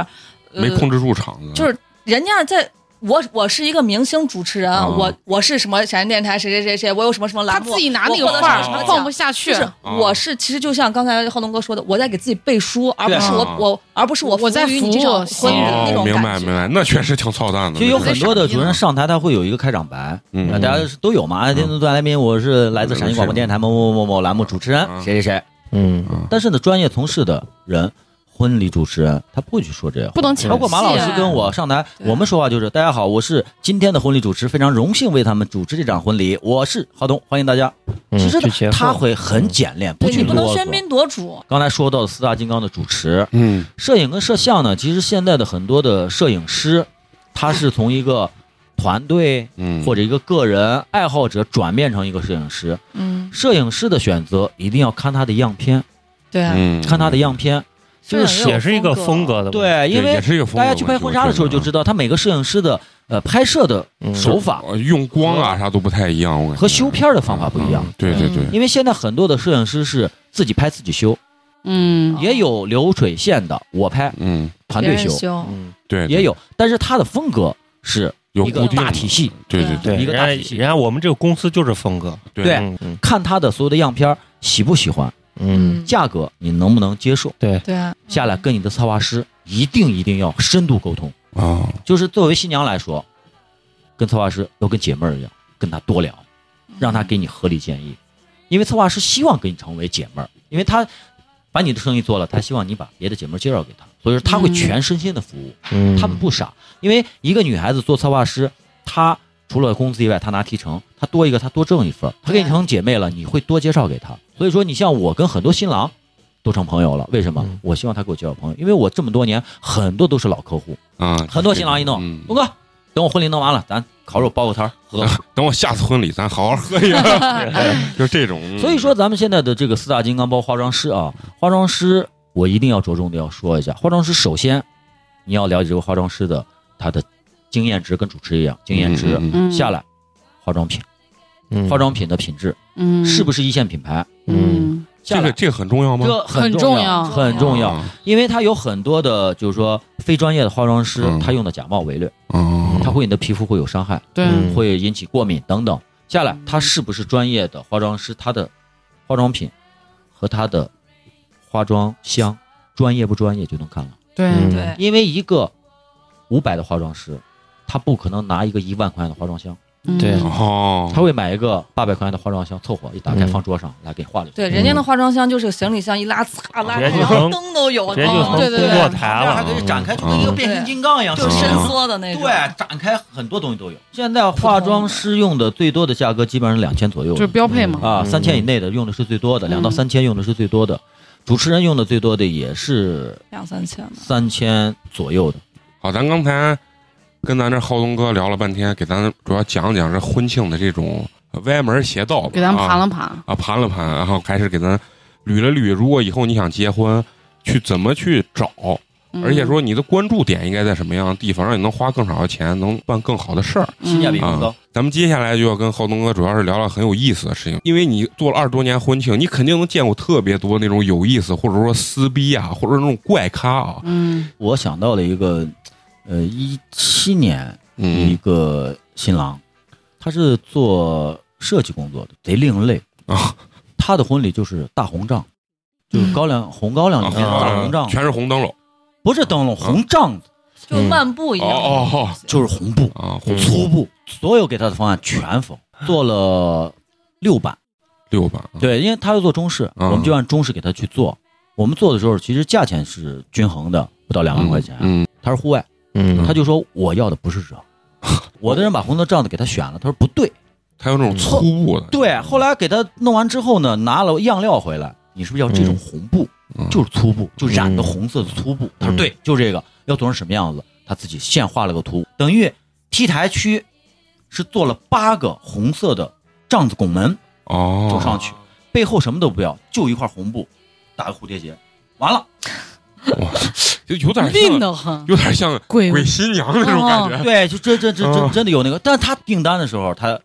呃
没控制住场子。
就是人家在。我我是一个明星主持人，
啊
我我是什么陕西电视台谁谁谁谁，我有什么什么
他
栏目，
自己拿那个
我获得
话
什么
儿
什么
放
奖
不下去
就，是
啊
我是其实就像刚才浩东哥说的，我在给自己背书，而不
对
是我
啊
我而不是我
我在
服务于
服
你这
务
场婚礼的
哦
那种
明
感
白
觉
明白，那确实挺操蛋的。
就有很多的
那是
主持人上台，他会有一个开场白，
嗯
那大家都有嘛。哎今天段来宾，我是来自陕西广播电视台某某某某栏目主持人
嗯
谁谁谁。
嗯，
但是呢，专业从事的人，婚礼主持人，他不会去说这些话
不。能抢戏。
包括马老师
对
跟我上台，
啊对
我们说话啊就是：大家好，我是今天的婚礼主持，非常荣幸为他们主持这场婚礼，我是浩东，欢迎大家。
嗯
其实
去结
呢，
婚
他会很简练，
对
去
你不能
啰
喧
嗦。
宾夺主，
刚才说到的四大金刚的主持，
嗯
摄影跟摄像呢，其实现在的很多的摄影师，他是从一个团队
嗯，
或者一个个人爱好者转变成一个摄影师。
嗯，
摄影师的选择一定要看他的样片，
对啊，
嗯
看他的样片。
摄影有
也是一个风格的问
对，因
对
为
也是一个风格
大家
问
去
题
拍婚纱的时候就知道，他每个摄影师的呃拍摄的
题，
手法
呃用光啊啥都不太一样，我感觉
嗯和修片的方法不一样。
嗯对对对，
因为现在很多的摄影师是自己拍自己修，
嗯，
也有流水线的，我拍
嗯
团
别
队
人
修，
修，
嗯，
对，对
也有，但是他的风格是
有
一个
固定
大
的
体系，
对对对
对，
一个
人
大
家
体系
人家我们这个公司就是风格，
对
嗯嗯
看他的所有的样片儿喜不喜欢，
嗯，
价格你能不能接受，
对啊，
下来跟你的策划师一定一定要深度沟通。
啊，
就是作为新娘来说，跟策划师要跟姐妹儿一样，跟他多聊，让他给你合理建议，因为策划师希望跟你成为姐妹儿，因为他把你的生意做了，他希望你把别的姐妹儿介绍给他，所以说他会
嗯
全身心的服务。
嗯
他们不傻，因为一个女孩子做策划师，她除了工资以外，她拿提成，她多一个，她多挣一份儿，她跟你成姐妹了，你会多介绍给她。所以说，你像我跟很多新郎都成朋友了，为什么
嗯？
我希望他给我介绍朋友，因为我这么多年很多都是老客户，
啊，
很多新郎一弄
嗯，
东哥，等我婚礼弄完了，咱烤肉包个摊儿喝。
等我下次婚礼咱好好喝一
[LAUGHS]
个，就这种。嗯
所以说，，咱们现在的这个四大金刚包括化妆师啊，化妆师我一定要着重的要说一下，化妆师首先你要了解这个化妆师的他的经验值，跟主持一样，经验值。
嗯嗯嗯
嗯
下，来，化妆品，
嗯
化妆品的品质
嗯，
是不是一线品牌？
嗯
嗯，
这
下
个
来
这个很重要吗？
这很
很重
要，
要
很重要，
啊
因为它有很多的，就是说非专业的化妆师
嗯，
他用的假冒伪劣，
哦
他会你的皮肤会有伤害，
对，
嗯
会引起过敏等等。下来，他是不是专业的化妆师？他的化妆品和他的化妆箱专业不专业就能看了，
对，
嗯
对，
因为一个五百的化妆师，他不可能拿一个一万块钱的化妆箱。
嗯
对
哦，
他会买一个八百块钱的化妆箱，凑合一打开
嗯
放桌上，来给化了。
对，人家的化妆箱就是行李箱一拉，擦拉开，
直接就
然后
成
灯都有，
直接就
哦
成
灯
对
工
对对
作台
这样还
了，
可以展开，就
嗯
跟一个变形金刚一样，
就是伸
嗯
缩的那
对，
种。
展开很多东西都有。现在化妆师用的最多的价格基本上两千左右
就是标配嘛，
啊，
嗯
三千以内的用的是最多的，两到
嗯
三千用的是最多的，主持人用的最多的也是
两三千
嗯
吧。
三千左右的。
好，咱刚才跟咱这浩东哥聊了半天，给咱主要讲讲这婚庆的这种歪门邪道吧，
给咱盘
啊
了盘，
啊，盘了盘，然后开始给咱捋了捋，如果以后你想结婚，去怎么去找，
嗯
而且说你的关注点应该在什么样的地方，让你能花更少的钱，能办更好的事儿。
性价比
嗯
更高
啊。咱们接下来就要跟浩东哥主要是聊聊很有意思的事情，因为你做了二十多年婚庆，你肯定能见过特别多那种有意思，或者说撕逼啊，或者那种怪咖啊。
嗯
我想到了一个，呃，一七年一
嗯
个新郎，他是做设计工作的，贼另类。
啊
他的婚礼就是大红帐，就是高粱、红高粱里面的
啊
大红帐，
全是红灯笼
不是灯笼，红帐子
就漫步一样。
哦哦
就是红布、
啊，红
嗯
粗布，所有给他的方案全否，做了六版。
六版啊
对，因为他要做中式，
嗯
我们就按中式给他去做。我们做的时候，其实价钱是均衡的，不到两万块钱。
嗯，
他是户外，
嗯，
他就说我要的
[LAUGHS]
不是这，我的人把红色帐子给他选了，他说不对，
他有那种粗布的，
对。后来给他弄完之后呢，拿了样料回来，你是不是要这种红布？
嗯
就是粗布，就染的红色的粗布。他说对，就这个，要做成什么样子？他自己现画了个图，等于 T 台区是做了八个红色的帐子拱门，走
哦，
上去，背后什么都不要，就一块红布，打个蝴蝶结，完了。
就有点
吝
像，
得很，
有点像
鬼
鬼新娘那种感觉，
啊对，就真真真
嗯
真真的有那个，但是他订单的时候他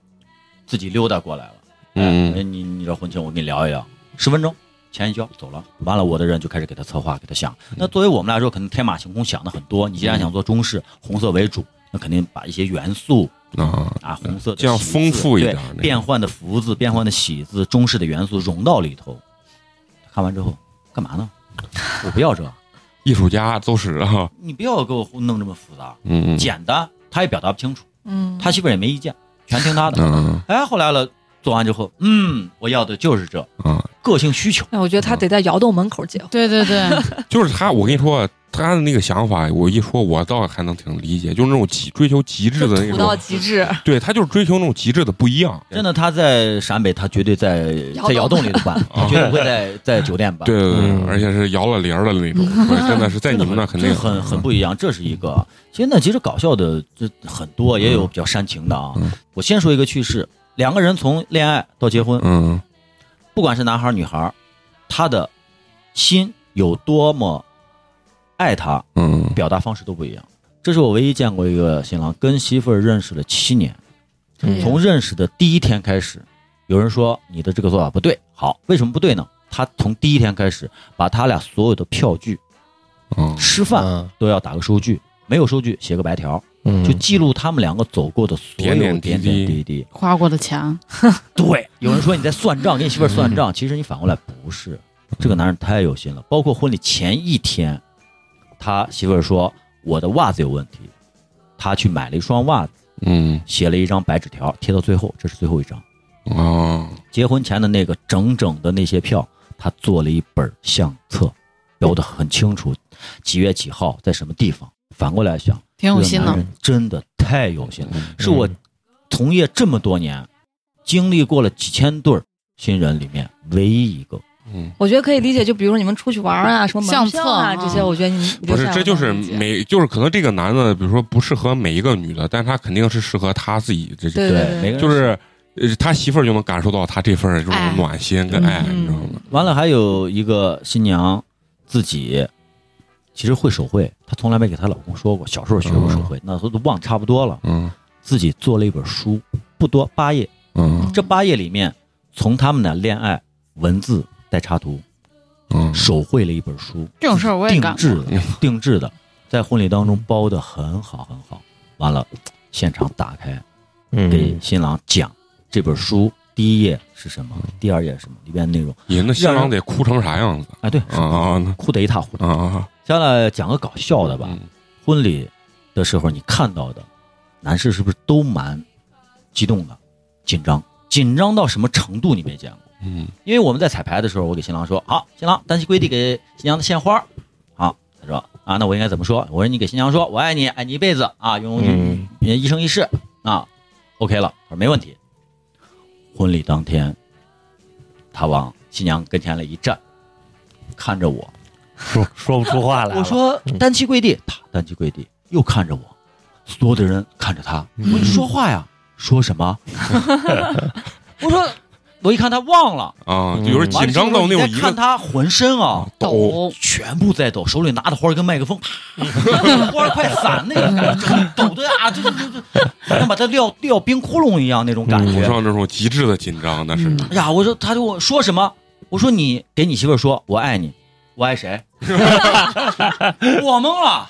自己溜达过来了，
嗯
哎，你你这婚庆我跟你聊一聊，十分钟。钱一交走了，完了我的人就开始给他策划，给他想。
嗯
那作为我们来说，可能天马行空想的很多。你既然想做中式，红色为主，那肯定把一些元素
啊，
啊，红色的
这样
喜字
丰富一点
对
那个
变换的福字、变换的喜字、中式的元素融到里头。看完之后，干嘛呢？我不要这，
艺术家都是啊，
你不要给我弄这么复杂，
嗯嗯
简单，他也表达不清楚，
嗯，
他媳妇儿也没意见，全听他的。
嗯
哎，后来了，做完之后，嗯，我要的就是这
嗯，
个性需求。
哎，我觉得他得在窑洞门口结婚。
对对
[LAUGHS]
对，
就是他，我跟你说，他的那个想法，我一说，我倒还能挺理解，就是那种极追求极致的那
土到
种，
极致，
对他就是追求那种极致的不一样，
真的，他在陕北，他绝对在
窑洞
在窑洞里头办，他绝对不
[LAUGHS]
会在在酒店办。
嗯对对对，
嗯
而且是摇了铃儿的那
[LAUGHS]
种，对真的是在你们那肯定嗯
这很很不一样，这是一个。其实呢，其实搞笑的这很多，也有比较煽情的啊。
嗯
我先说一个趣事，两个人从恋爱到结婚，
嗯
不管是男孩儿女孩儿，他的心有多么爱他，
嗯
表达方式都不一样。这是我唯一见过一个新郎跟媳妇儿认识了七年，
嗯
从认识的第一天开始，有人说你的这个做法不对，好，为什么不对呢？他从第一天开始，把他俩所有的票据、
嗯
吃饭
嗯
都要打个收据，没有收据写个白条，
嗯，
就记录他们两个走过的所有
点
点
点滴滴
点滴滴。
花过的钱，
对，有人说你在算账，给你媳妇儿算账，其实你反过来不是。这个男人太有心了，包括婚礼前一天，他媳妇儿说我的袜子有问题，他去买了一双袜子，
嗯
写了一张白纸条贴到最后，这是最后一张。
哦，
结婚前的那个整整的那些票，他做了一本相册，标的很清楚，几月几号在什么地方。反过来想，
挺有心
这个男
的。
人真的太有心了，
嗯
是我从业这么多年，经历过了几千对儿新人里面唯一一个。
嗯。
我觉得可以理解。就比如说你们出去玩啊，什么门票啊
相册啊
这些，我觉得你
不是，这就是
没
每就是可能这个男的，比如说不适合每一个女的，但他肯定是适合他自己这
对对对
每个人
就是呃他媳妇儿就能感受到他这份儿这种暖心跟爱，
嗯
你知道吗？
完了，还有一个新娘自己其实会手绘，她从来没给她老公说过。小时候学过手
哦
绘，那时候都忘差不多了，
嗯
自己做了一本书，不多八页。
嗯
这八页里面，从他们的恋爱文字带插图，
嗯哎
手绘了一本书。
这种事儿我也干
定
过
制的，定制的，在婚礼当中包的很好很好。完了，现场打开，给
嗯
新郎讲这本书第一页是什么，第二页是什么，里边内容。
你那新郎得哭成啥样子
哎，对，
啊啊
哭得一塌糊涂。
啊啊！
下来讲个搞笑的吧。
嗯
婚礼的时候，你看到的男士是不是都蛮激动的、紧张？紧张到什么程度？你没见过？
嗯
因为我们在彩排的时候，我给新郎说：“好，新郎，单膝跪地给新娘子献花。”好，他说：“啊，那我应该怎么说？”我说：“你给新娘说，我爱你，爱你一辈子啊，永
嗯
永一生一世啊。”OK 了，他说没问题。婚礼当天，他往新娘跟前来一站，看着我，
说说不出话来了，
我说单膝跪地，他单膝跪地，又看着我，所有的人看着他，我说你说话呀，说什么？ [LAUGHS] 我说，我一看他忘了。
啊，
嗯
有人紧张到那种
你
一
再看
个
他浑身啊，
抖，
抖，
全部在抖，手里拿着花儿跟麦克风，啪，花儿快散那个感觉，整抖的啊，这这这这，好像把他撂撂冰窟窿一样那种感
我
觉。
上那种极致的紧张，那是
嗯
哎呀，我说他就我说什么？我说你给你媳妇儿说我爱你，我爱谁？我懵了，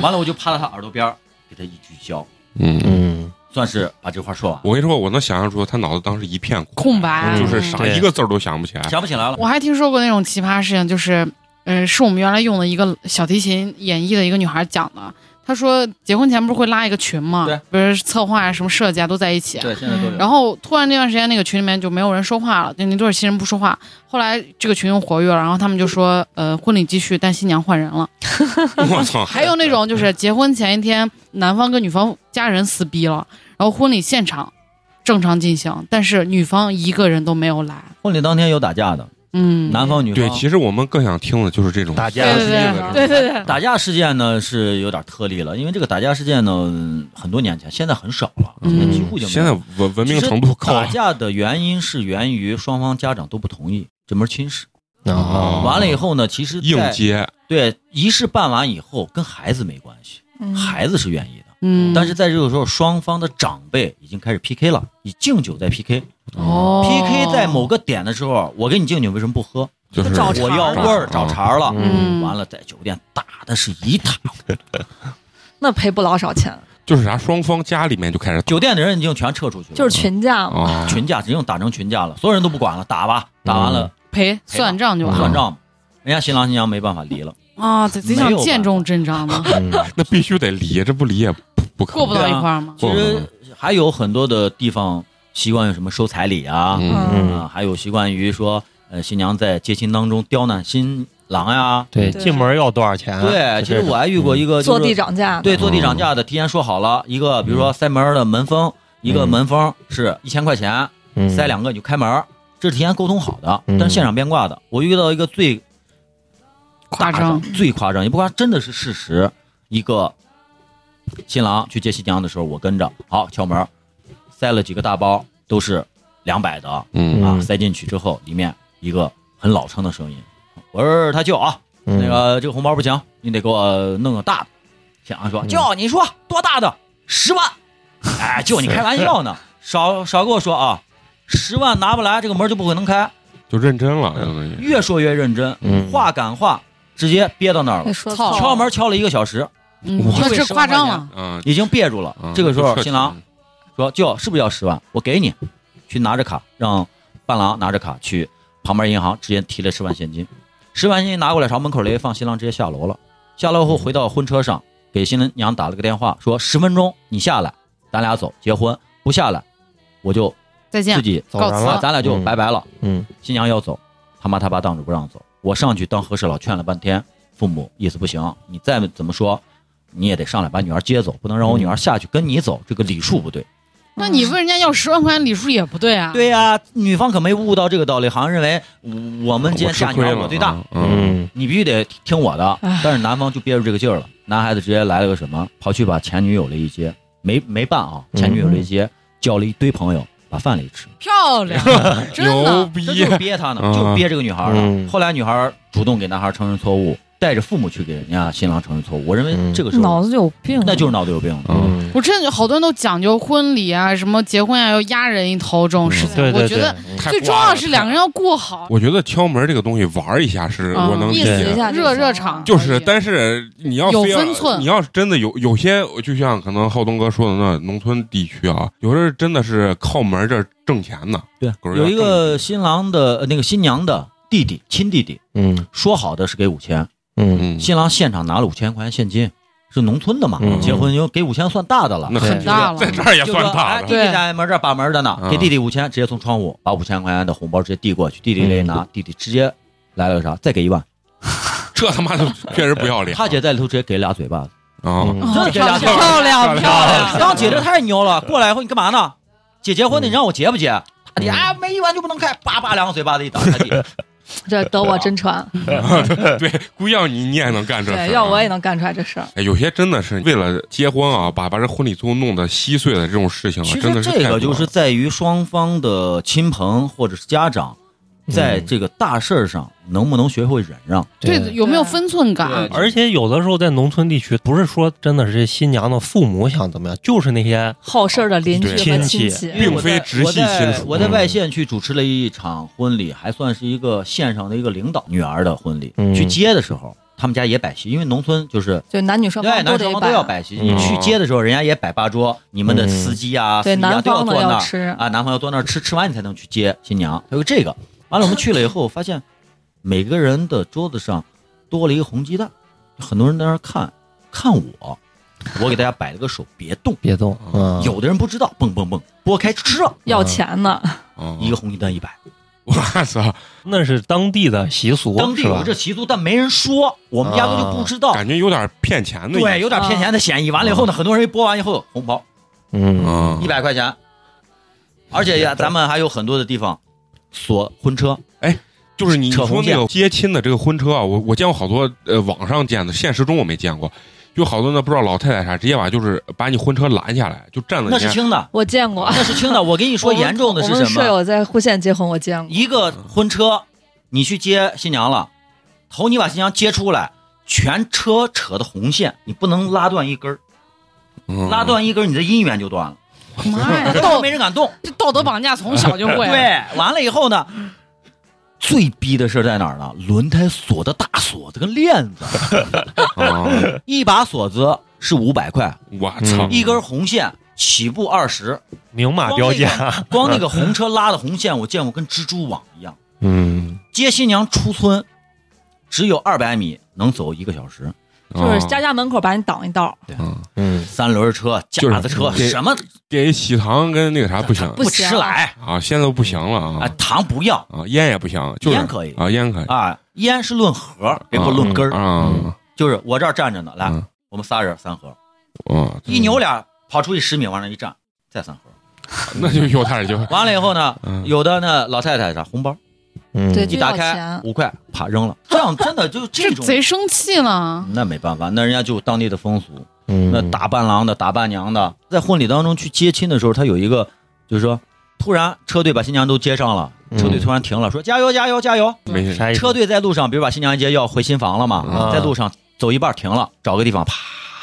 完了我就趴到他耳朵边儿给他一句教，
嗯
嗯
算是把这块说完。
我跟你说，我能想象出他脑子当时一片
空白
就
嗯
是啥
对
一个字儿都想不起
[LAUGHS]
来。
想不起来了，
我还听说过那种奇葩事情，就是，呃，是我们原来用的一个小提琴演绎的一个女孩讲的。她说，结婚前不是会拉一个群嘛
对，
不是策划啊、什么设计啊都在一起。
对，现在都有。
然后突然那段时间，那个群里面就没有人说话了，就那对新人不说话。后来这个群又活跃了，然后他们就说，呃，婚礼继续，但新娘换人了。
我操！
还有那种就是结婚前一天，男方跟女方家人撕逼了，然后婚礼现场正常进行，但是女方一个人都没有来。
婚礼当天有打架的，
嗯，
男方女 [LAUGHS]
对，
方
其实我们更想听的就是这种
打架
对
的
对
是
对
一个人
对对对，
打架事件呢是有点特例了，因为这个打架事件呢很多年前，现在很少了，
嗯
几乎就没有
现在文文明程度高
打
了，
架的原因是源于双方家长都不同意这门亲事。
哦
完了以后呢，其实在
应接
对仪式办完以后，跟孩子没关系，
嗯
孩子是愿意的。
嗯，
但是在这个时候，双方的长辈已经开始 PK 了，以敬酒在 PK。
哦
PK 在某个点的时候，我给你敬酒，为什么不喝？
就是
找茬
我要味儿，找茬儿了。
嗯
完了，在酒店打的是一塌糊涂，
那赔不老少钱，
就是啥，双方家里面就
[LAUGHS]
开始
酒店的人已经全撤出去了，
就是群架嘛。
啊，
群架，已经打成群架了，所有人都不管了，打吧，
嗯
打完了
赔算账就完
算
了
账吧。人家新郎新娘没办法离了，
啊，贼贼想见中真章呢，
嗯
啊那必须得离，这不离也不不可
过不
能
到一块儿吗？
过
其
不了
实还有很多的地方习惯有什么收彩礼啊，
嗯，
嗯，
啊，还有习惯于说，呃，新娘在接亲当中刁难新郎呀、
对，
对
进门要多少钱？
对，
啊就
其
这
实
种
我还遇过一个就是
嗯坐地涨价，
对坐地涨价的，提前说好了一个，比如说塞门儿的门封，一个
嗯
门封是一千块钱，
嗯
塞两个你就开门儿，这是提前沟通好的，
嗯
但是现场变卦的，我遇到一个最
夸
大
张
的，最 [LAUGHS] 夸张，也不夸张，真的是事实。一个新郎去接新娘的时候，我跟着，好敲门，塞了几个大包，都是两百的
嗯
啊，
嗯
塞进去之后，里面一个很老成的声音，我说他舅啊，
嗯
那个这个红包不行，你得给我弄个大的。新郎说
嗯
舅，你说多大的？十万。哎，舅，你开玩
[LAUGHS]
笑呢，少少跟我说啊，十万拿不来，这个门就不可能开。
就认真了，相当于
越说越认真，
嗯
话赶话，直接憋到那儿了
那。说
操
错
敲门敲了一个小时，
嗯
哇
这这夸张了，
嗯，
已经憋住了。
啊
嗯
这个时候，
就撤
新郎
群
说：“舅，是不是要十万？我给你，去拿着卡，让伴郎拿着卡去旁边银行，直接提了十万现金。十万现金拿过来，朝门口雷一放，新郎直接下楼了。下楼后
嗯
回到婚车上，给新娘打了个电话，说十分钟你下来，咱俩走结婚。不下来，我就
再
自
见，
己
走
告
人
辞
啊，
了，
咱俩就
嗯
拜拜了。
嗯
新娘要走，他妈他爸当着不让走，我上去当和事佬劝了半天，父母意思不行，你再怎么说，你也得上来把女儿接走，不能让我女儿下去跟你走，这个礼数不对。
那你问人家要十万块钱礼数也不对啊，
对呀、女方可没悟到这个道理，好像认为嗯我们今天
吃
嫁女
亏
儿
了，
我最大，
嗯，
嗯
你必须得听我的
唉。
但是男方就憋住这个劲儿了，男孩子直接来了个什么，跑去把前女友了一接，没没办啊，前女友了一接，叫了一堆朋友把饭给吃，
漂亮，啊真
牛
的，
这
逼
就，是憋他呢，
嗯
就是憋这个女孩儿呢。
嗯
后来女孩儿主动给男孩儿承认错误，带着父母去给人家新郎承认错误。我认为
嗯
这个时候
脑子有病，
那就是脑子有病了。
嗯，
嗯，
我真的觉得好多人都讲究婚礼啊，什么结婚啊，要压人一头这种事情，
对
我
对
觉
对，
得
嗯
太
最重
瓜
要
了
是两个人。要过
太，
好
我觉得敲门这个东西玩儿一下是
嗯
我能理
意思一
解，
下就
热
行了
热场
就是，但是你要
啊有
非要
分寸
你要是真的有有些，就像可能浩东哥说的那农村地区啊，有的人真的是靠门这儿挣钱的，
对
狗，日
有
要
一个新郎的呃那个新娘的弟弟，亲弟弟，
嗯
说好的是给五千，
嗯
嗯，
新郎现场拿了五千块钱现金，是农村的嘛，
嗯
结婚就给五千算大的了。
那
对
很
大了
在这儿也
就
算
说，
大
哎，
了
弟，弟在门这儿把门的呢，
嗯
给弟弟五千，直接从窗户把五千块钱的红包直接递过去，弟弟这一
嗯
拿，弟弟直接来了个啥，再给一万，
这他妈的确实不要脸。
他姐在里头直接给俩嘴巴子，
啊，
嗯
真的给俩嘴巴子，
漂亮漂
[LAUGHS]
[LAUGHS]
亮，
当姐这太牛了，过来以后你干嘛呢？姐结
嗯
婚的，你让我结不结？大姐
嗯
啊，没一碗就不能开，叭叭两个嘴巴子一打，他
[LAUGHS]
姐
这得我真传，
对，
嗯
估计要你你也能干这事儿啊。
对，要我也能干出来这事儿。
哎，有些真的是为了结婚啊，把把这婚礼最后弄得稀碎的这种事情啊，
其
真
实
的是
这
太多
个就是
了
在于双方的亲朋或者是家长，在这个大事儿上能不能学会忍让。
对，有没有分寸感
对？
而且有的时候在农村地区，不是说真的是这新娘的父母想怎么样，就是那些
好事儿的邻居和
亲
亲
戚
戚，
并非直系亲属嗯
我在我在外县去主持了一场婚礼，还算是一个县上的一个领导女儿的婚礼。
嗯
去接的时候，他们家也摆席，因为农村就是
就男女双
对
方
男
都
女
得
双方
摆
都要摆席。你
嗯
去街的时候，人家也摆八桌，你们的
嗯
司机啊、司
对
仪啊
南
都要
方的
坐那
要
儿
吃，
啊，男朋友坐那儿吃，吃完你才能去接新娘。还有这个，完了我们去了以后，发现每个人的桌子上多了一个红鸡蛋，很多人在那儿看看我，我给大家摆了个手，别动。
别动，嗯，
有的人不知道，蹦蹦蹦，拨开吃了
要钱呢。
嗯
一个哦红鸡蛋一百，
我操，
那是当地的习俗，
当地
是
有
吧嗯
这？习俗，但没人说，我们压根就不知道。
感觉有点骗钱的意思。
对，有点骗钱的嫌疑。完了以后呢，很多人一拨完以后，红包
嗯，
嗯
一，百块钱，而且呀，咱们还有很多的地方锁婚车，
就是你你
扯
说
红
那
线
个接亲的这个婚车啊，我我见过好多呃网上见的，现实中我没见过。就好多那不知道老太太啥，直接把就是把你婚车拦下来，就站在
那是
前
[LAUGHS]
轻的，
我见过，
那是轻的。我跟你嗯说，严重的是
我们
什
舍
么？
友在户县结婚，我见过。
一个婚车，你去接新娘了，头你把新娘接出来，全车扯的红线，你不能拉断一根儿，
嗯
拉断一根儿，你的姻缘就断了，
妈呀，
[LAUGHS] 都
道
没人敢动。
这道德绑架从小就会。啊
对，完了以后呢，最逼的事儿在哪儿呢？轮胎锁的大锁子跟链子， [LAUGHS]
嗯
一把锁子是五百块，
我操
嗯！
一根红线起步二十，
明码标价，
光那个红车拉的红线，我见过跟蜘蛛网一样。
嗯，
接新娘出村，只有二百米，能走一个小时。
哦啊
就是家家门口把你挡一道，
嗯，
三轮车、
就是
架子车，
给
什么
给喜糖跟那个啥不行
不行
吃来
啊，现在都不行了啊
啊，糖不要
啊，烟也不行，就是
烟可以
啊，烟可以
啊，烟是论盒，别给我论根儿。
啊
就是我这儿站着呢，来
嗯，
我们仨人三盒，
啊，
一扭脸跑出去十米，往那一站，再三盒。
那就有点机会。
完了以后呢，
嗯
有的呢老太太啥红包
嗯
对
一
就
打
要
开
钱
五块，啪扔了，这样真的就这
[LAUGHS] 这
种。嗯
贼生气呢。
那没办法，那人家就当地的风俗，
嗯
那打伴郎的、打伴娘的，在婚礼当中去接亲的时候，他有一个，就是说，突然车队把新娘都接上了，车队突然停了，说加油加油加油！
没事，
啥意思
车队在路上，比如把新娘一接要回新房了嘛，
嗯
在路上走一半停了，找个地方啪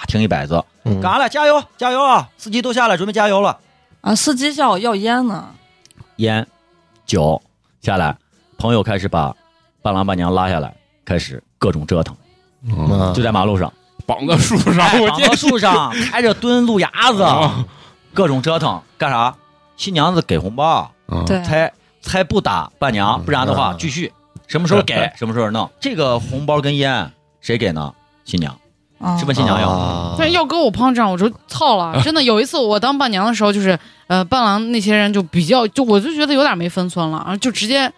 停一百子，
嗯
干啥了？加油加油啊！司机都下来准备加油了，
啊，司机叫我要烟呢，
烟、酒下来，朋友开始把伴郎伴娘拉下来，开始各种折腾，
嗯
就在马路上。
绑在树
哎
上，我
绑
见
到树上，开着蹲路牙子，
啊
各种折腾，干啥？新娘子给红包，
啊
对，
才才不打伴娘，不然的话
嗯
继续，什么时候给，什么时候弄。这个红包跟烟谁给呢？新娘
啊
是问新娘要，
啊
但是要搁我碰上，我就操了。真的，有一次我当伴娘的时候，就是呃，伴郎那些人就比较，就我就觉得有点没分寸了，然后就直接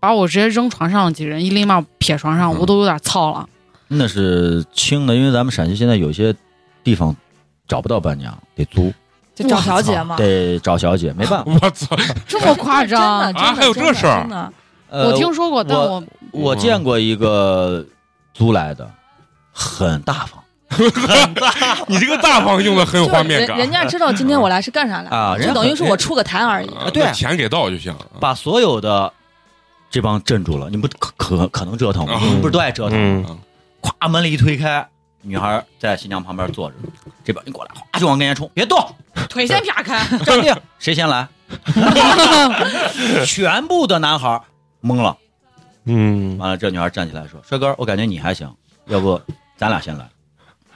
把我直接扔床上了几人，一拎把我撇床上，
嗯
我都有点操了。
那是轻的，因为咱们陕西现在有些地方找不到伴娘，得租，
就找小姐
啊
嘛，
得找小姐，没办法。
我操！
这么夸
真
张
的？
啊还有这事儿
真的
呃
我听说过，但我
我见过一个租来的，很大方
你这个大方用的很有
真的
画
就
面
人
感
人家知道今天我来是干啥来的，
啊，人
就
家
等于
很
是我出个坛而已。
啊
对
那钱给到就行。啊
嗯
把所有的这帮镇住了，你不可可可能折腾吗？
嗯
不是都爱折腾吗？
啊
嗯
咵、门里一推开，女孩在新娘旁边坐着，这边你过来，哗就往跟前冲，别动，
腿先撇开，
站定，谁先来？ [LAUGHS] 全部的男孩懵了，
嗯，
完了这女孩站起来说：“帅哥，我感觉你还行，要不咱俩先来。”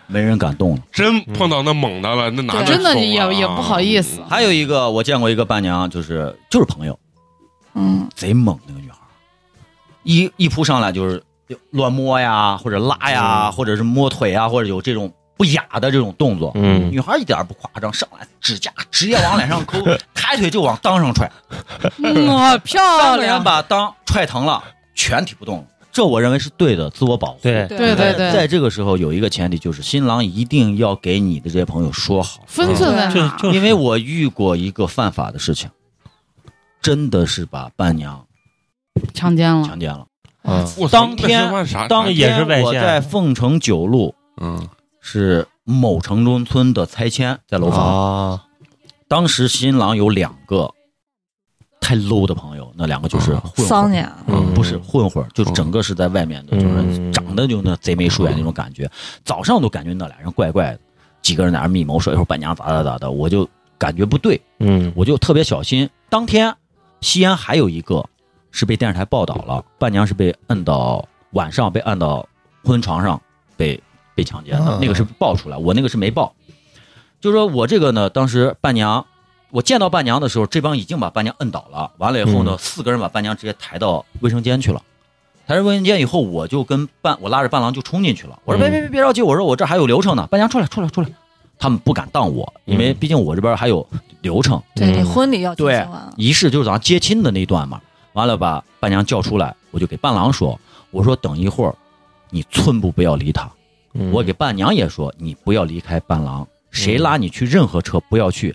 没人敢动了。
真碰到那猛的了，那哪
对
能
真的
怂啊嗯
也也不好意思。
还有一个，我见过一个伴娘，就是就是朋友，
嗯，
贼猛那个女孩儿，一一扑上来就是乱摸呀，或者拉
嗯
呀，或者是摸腿啊，或者有这种不雅的这种动作。
嗯
女孩儿一点儿不夸张，上来指甲直接往脸上
[LAUGHS]
抠，抬腿就往裆上踹，
我嗯漂
当然
亮，
把裆踹疼了，全体不动了。这我认为是对的，自我保护。
嗯
对，
对对对，
在这个时候有一个前提，就是新郎一定要给你的这些朋友说好，
分寸在
就
哪？
就
因为我遇过一个犯法的事情，真的是把伴娘
强奸了，
强奸了。
嗯
我操
当天
那他妈啥？
当
也是外
天我
线
在凤城九路
嗯
是某城中村的拆迁，在楼房。
啊，
当时新郎有两个太 low 的朋友，那两个就是混
桑
混，
年
嗯
不是混混，就是
嗯
整个是在外面的，
嗯
就是长得就那贼眉鼠眼那种感觉。早上都感觉那俩人怪怪的，几个人在那儿密谋说一会儿伴娘咋咋咋的，我就感觉不对，
嗯
我就特别小心。当天西安还有一个是被电视台报道了，伴娘是被摁到晚上被按到婚床上被被强奸的
啊，
那个是爆出来，我那个是没爆。就说我这个呢，当时伴娘，我见到伴娘的时候，这帮已经把伴娘摁倒了，完了以后
嗯
呢，四个人把伴娘直接抬到卫生间去了。抬到卫生间以后，我就跟伴我拉着伴郎就冲进去了，我说别
嗯
别别别着急，我说我这还有流程呢，伴娘出来出来出来，他们不敢当我，因为毕竟我这边还有流程。
对你
嗯
婚礼要进
对
行完， [LAUGHS]
仪式就是咱接亲的那一段嘛。完了把伴娘叫出来，我就给伴郎说，我说等一会儿，你寸步不要离他。
嗯
我给伴娘也说，你不要离开伴郎，谁拉你去任何车不要去，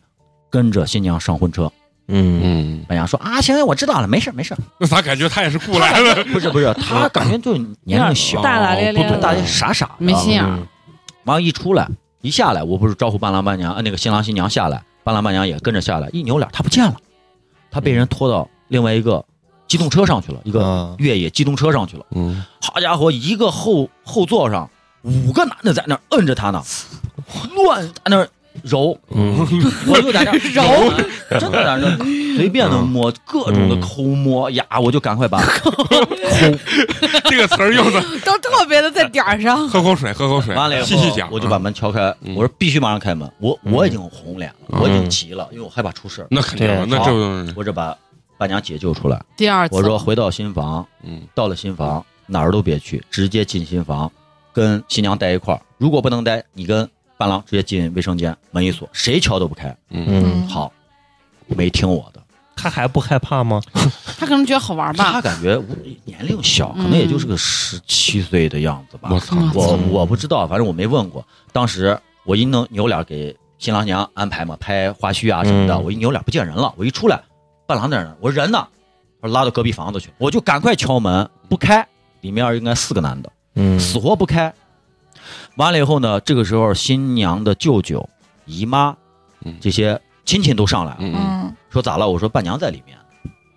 跟着新娘上婚车。
嗯
嗯，
伴娘说啊，行行，我知道了，没事儿没事儿。
那咋感觉他也是雇来的？
不是不是，他感觉就年龄小，
大大咧咧
哦不懂
嗯
的
大傻傻的
没心眼儿
嗯
完一出来一下来，我不是招呼伴郎伴娘，呃，那个新郎新娘下来，伴郎伴娘也跟着下来，一扭脸他不见了，他被人拖到另外一个机动车上去了，一个
啊
越野机动车上去了。
嗯，
好家伙，一个后后座上五个男的在那儿摁着他呢，乱在那儿揉，
嗯
我就在那儿 [LAUGHS] 揉，真的在那儿嗯随便的摸，各种的抠摸呀，我就赶快把 [LAUGHS] 抠
这个词儿用的，
都特别的在点儿上。
喝口水，喝口水
完了以，后，
细细讲。啊
我就把门敲开，
嗯
我说必须马上开门。我
嗯
我已经红脸了，我已经急了，因为我害怕出事儿。
那肯定，啊
对
那这就是
我这把伴娘解救出来，
第二次，
我说回到新房，
嗯
到了新房哪儿都别去，直接进新房，跟新娘待一块儿。如果不能待，你跟伴郎直接进卫生间，门一锁，谁敲都不开。
嗯
嗯，
好，没听我的，
他还不害怕吗？
他可能觉得好玩
他
吧，
感觉我年龄小，可能也就是个十七岁的样子吧。
我操，
嗯
我
嗯
我不知道，反正我没问过。当时我一弄扭脸给新郎娘安排嘛，拍花絮啊什么的，
嗯
我一扭脸不见人了，我一出来，伴郎在那儿呢，我说人呢？他说拉到隔壁房子去，我就赶快敲门，不开，里面应该四个男的，
嗯
死活不开。完了以后呢，这个时候新娘的舅舅、姨妈
嗯
这些亲戚都上来了，
嗯嗯
嗯，
说咋了？我说伴娘在里面，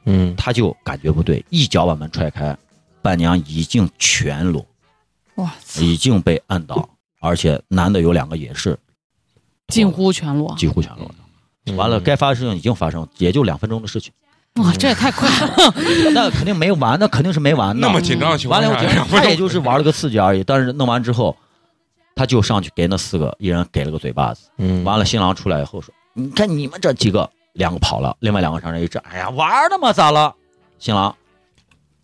嗯
他就感觉不对，一脚把门踹开，伴娘已经全裸。
哇
嗯
塞，
已经被按倒，而且男的有两个也是
近乎全裸。
几乎全裸的。
嗯
完了，该发生的事情已经发生，也就两分钟的事情，
哇，这也太快了！
那肯定没完，那肯定是没完的
那。么紧张的情况
完了，
下
我觉，得
两分
他
钟
也就是玩了个刺激而已。但是弄完之后，他就上去给那四个一人给了个嘴巴子。
嗯
完了，新郎出来以后说：“你看你们这几个，两个跑了，另外两个上这一站，哎呀，玩的嘛，咋了？”新郎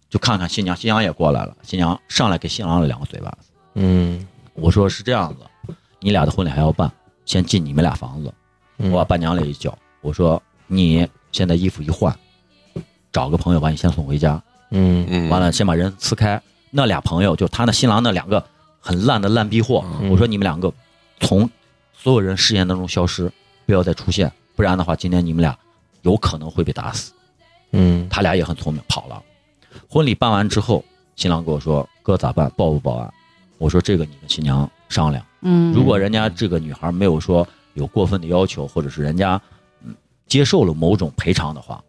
就看看新娘，新娘也过来了，新娘上来给新郎了两个嘴巴子。
嗯
我说是这样子，你俩的婚礼还要办，先进你们俩房子。
嗯
我把伴娘来一叫，我说你现在衣服一换，找个朋友把你先送回家，
嗯
嗯
完了先把人撕开。那俩朋友就他那新郎那两个很烂的烂逼货，
嗯
我说你们两个从所有人视线当中消失，不要再出现，不然的话今天你们俩有可能会被打死。
嗯
他俩也很聪明，跑了。婚礼办完之后，新郎跟我说：“哥咋办？报不报案？”我说：“这个你跟新娘商量。”
嗯，
如果人家这个女孩没有说有过分的要求，或者是人家嗯接受了某种赔偿的话，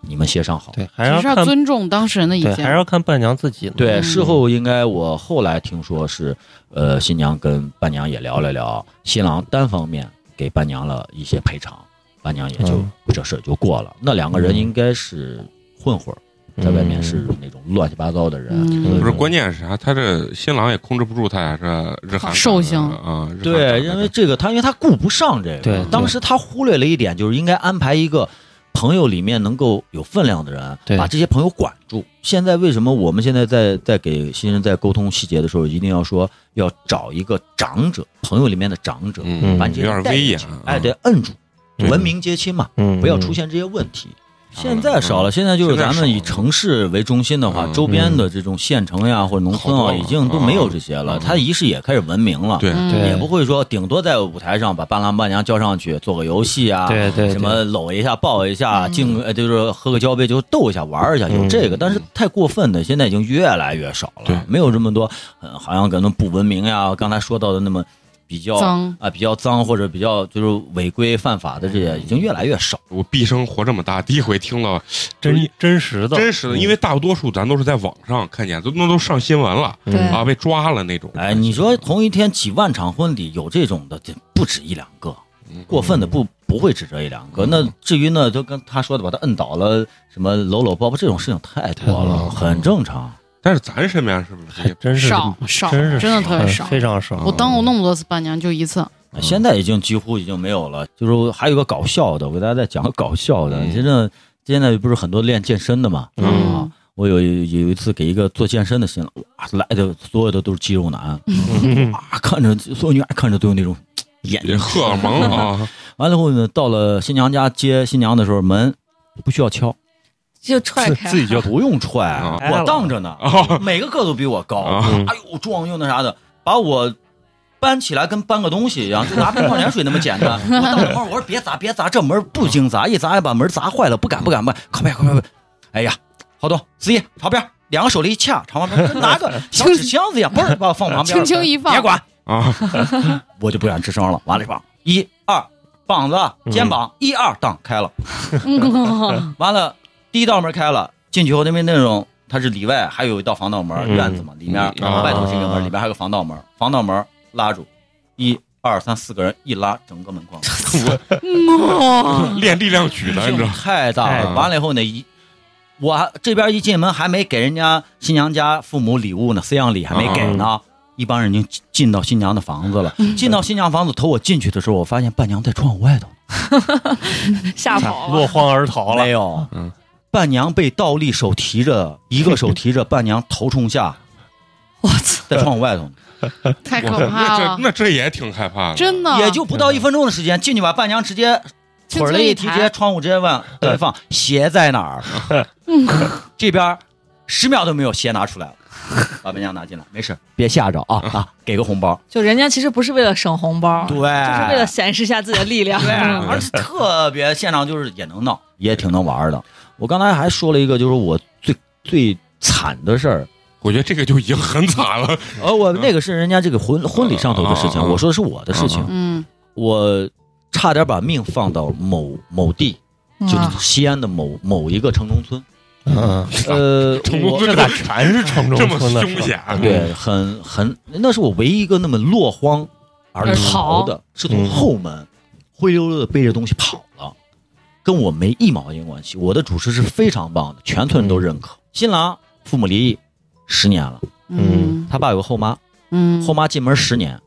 你们协商好。
对，还
还
是
是要
看
尊重当事人的意
对，
见，
还是要看伴娘自己呢。
对，
嗯
事后应该我后来听说是，呃，新娘跟伴娘也聊了聊，新郎单方面给伴娘了一些赔偿，伴娘也就、
嗯
这事儿就过了。那两个人
嗯
应该是混混儿，
嗯
在外面是那种乱七八糟的人，
嗯
所以
不是，
说
关键是啥？他这新郎也控制不住他呀，这日韩
兽性
啊，日韩
对，
长得
因为这个他因为他顾不上这个，
对对
当时他忽略了一点，就是应该安排一个朋友里面能够有分量的人，
对
把这些朋友管住。现在为什么我们现在在在给新人在沟通细节的时候，一定要说要找一个长者，朋友里面的长者，
嗯，
把
嗯
你这
有点
个带
威
进
严
去，
啊
哎，得摁住，
嗯
文明接亲嘛，
嗯，
不要出现这些问题。
嗯
现在少了，现在就是
现在
咱
少
们以
了
城市为中心的话，
嗯
周边的这种县城呀或者农村
好多
啊，
了
已经都没有这些了。
嗯
它仪式也开始文明了，
对，
嗯
对
也不会说顶多在舞台上把伴郎伴娘叫上去做个游戏啊，
对对
什么搂一下、抱一下、
嗯
敬呃就是喝个交杯就逗一下、玩一下，有
嗯
这个，但是太过分的现在已经越来越少
对
了，没有这么多，呃，好像可能不文明呀，刚才说到的那么比较啊、
脏，
比较脏或者比较就是违规犯法的这些，已经越来越少。
我毕生活这么大，第一回听到
真真实的，嗯
真实的，因为大多数咱都是在网上看见，都那都上新闻了
对
啊，被抓了那种。
嗯哎，你说同一天几万场婚礼有这种的，这不止一两个，
嗯
过分的不不会只这一两个。那至于呢，就跟他说的把他摁倒了，什么搂搂抱抱这种事情太
太
多
多
了，
了
很正常。
但是咱身边是不是也
真是
少少，
真是
真的特别
嗯
少。
非常少。
我当过那么多次伴娘，就一次。
现在已经几乎已经没有了。就是还有个搞笑的，我给大家再讲个搞笑的。
嗯
现在现在不是很多练健身的嘛？
嗯
啊，我有有一次给一个做健身的新郎，哇，来的所有的都是肌肉男，
嗯
嗯
哇，看着所有女孩看着都有那种眼
也荷尔蒙
[LAUGHS]
啊，
完了后呢，到了新娘家接新娘的时候，门不需要敲，
就踹
自
开
自己就
不用踹，
啊
我荡着呢， [LAUGHS] 每个个都比我高，
啊
嗯
哎呦壮又那啥的，把我。搬起来跟搬个东西一样，就拿瓶矿泉水那么简单。我当时我说别砸别砸，这门不经砸，一砸也把门砸坏了，不敢不敢不敢，靠边靠边靠边。哎呀，好多子怡朝边，两个手里一掐，朝旁边拿个小纸箱子呀，嘣儿把我放旁边，
轻轻一放
别管，
啊，
我就不敢吱声了。完了一
嗯
棒，一二膀子肩膀，一二当开了。
嗯
完了，第一道门开了，进去后那边那种它是里外还有一道防盗门，
嗯
院子嘛，里面、
嗯啊
外头是一个门，里面还有个防盗门，防盗门拉住，一二三四个人一拉，整个门框
哦，
练力量举的，你知道吗？
太大
太
了。
大
完了以后呢一。我还这边一进门还没给人家新娘家父母礼物呢，饲养礼还没给呢，一帮人已经进进到新娘的房子了。进到新娘房子，头我进去的时候，我发现伴娘在窗户外头。
吓跑
嗯落
了。
荒而逃了
没。有，
嗯
伴娘被倒立，手提着一个手提着伴娘头冲下，
我操！
在窗户外头呢，
太可
我
怕
那
了
这，那这也挺害怕的，
真
嗯
的
也就不到一分钟的时间，进去把伴娘直接腿
轻
儿
轻
了一
一
提，直接
抬，
窗户直接往外放，鞋在哪儿？
嗯
[LAUGHS] 这边十秒都没有，鞋拿出来了，把伴娘拿进来，没事，别吓着啊啊，给个红包，
就人家其实不是为了省红包，
对，
就是为了显示一下自己的力量。嗯
对，而且 [LAUGHS] 特别现场就是也能闹，也挺能玩的。我刚才还说了一个，就是我最最惨的事儿，
我觉得这个就已经很惨了。
呃，我那个是人家这个婚婚礼上头的事
啊
情，
啊啊
我说的是我的事情
啊，
嗯
我差点把命放到某某地，
嗯
就是西安的某某一个城中村。
嗯，
[LAUGHS] 呃，
城中
我
村
这咋全是城中
这么
村的
凶险？啊
对，很很，那是我唯一一个那么落荒而逃的，是从后门灰溜溜的背着东西跑了，跟我没一毛钱关系。我的主持是非常棒的，全村人都认可。新郎父母离异十年了，
嗯
他爸有个后妈，
嗯，
后妈进门十年，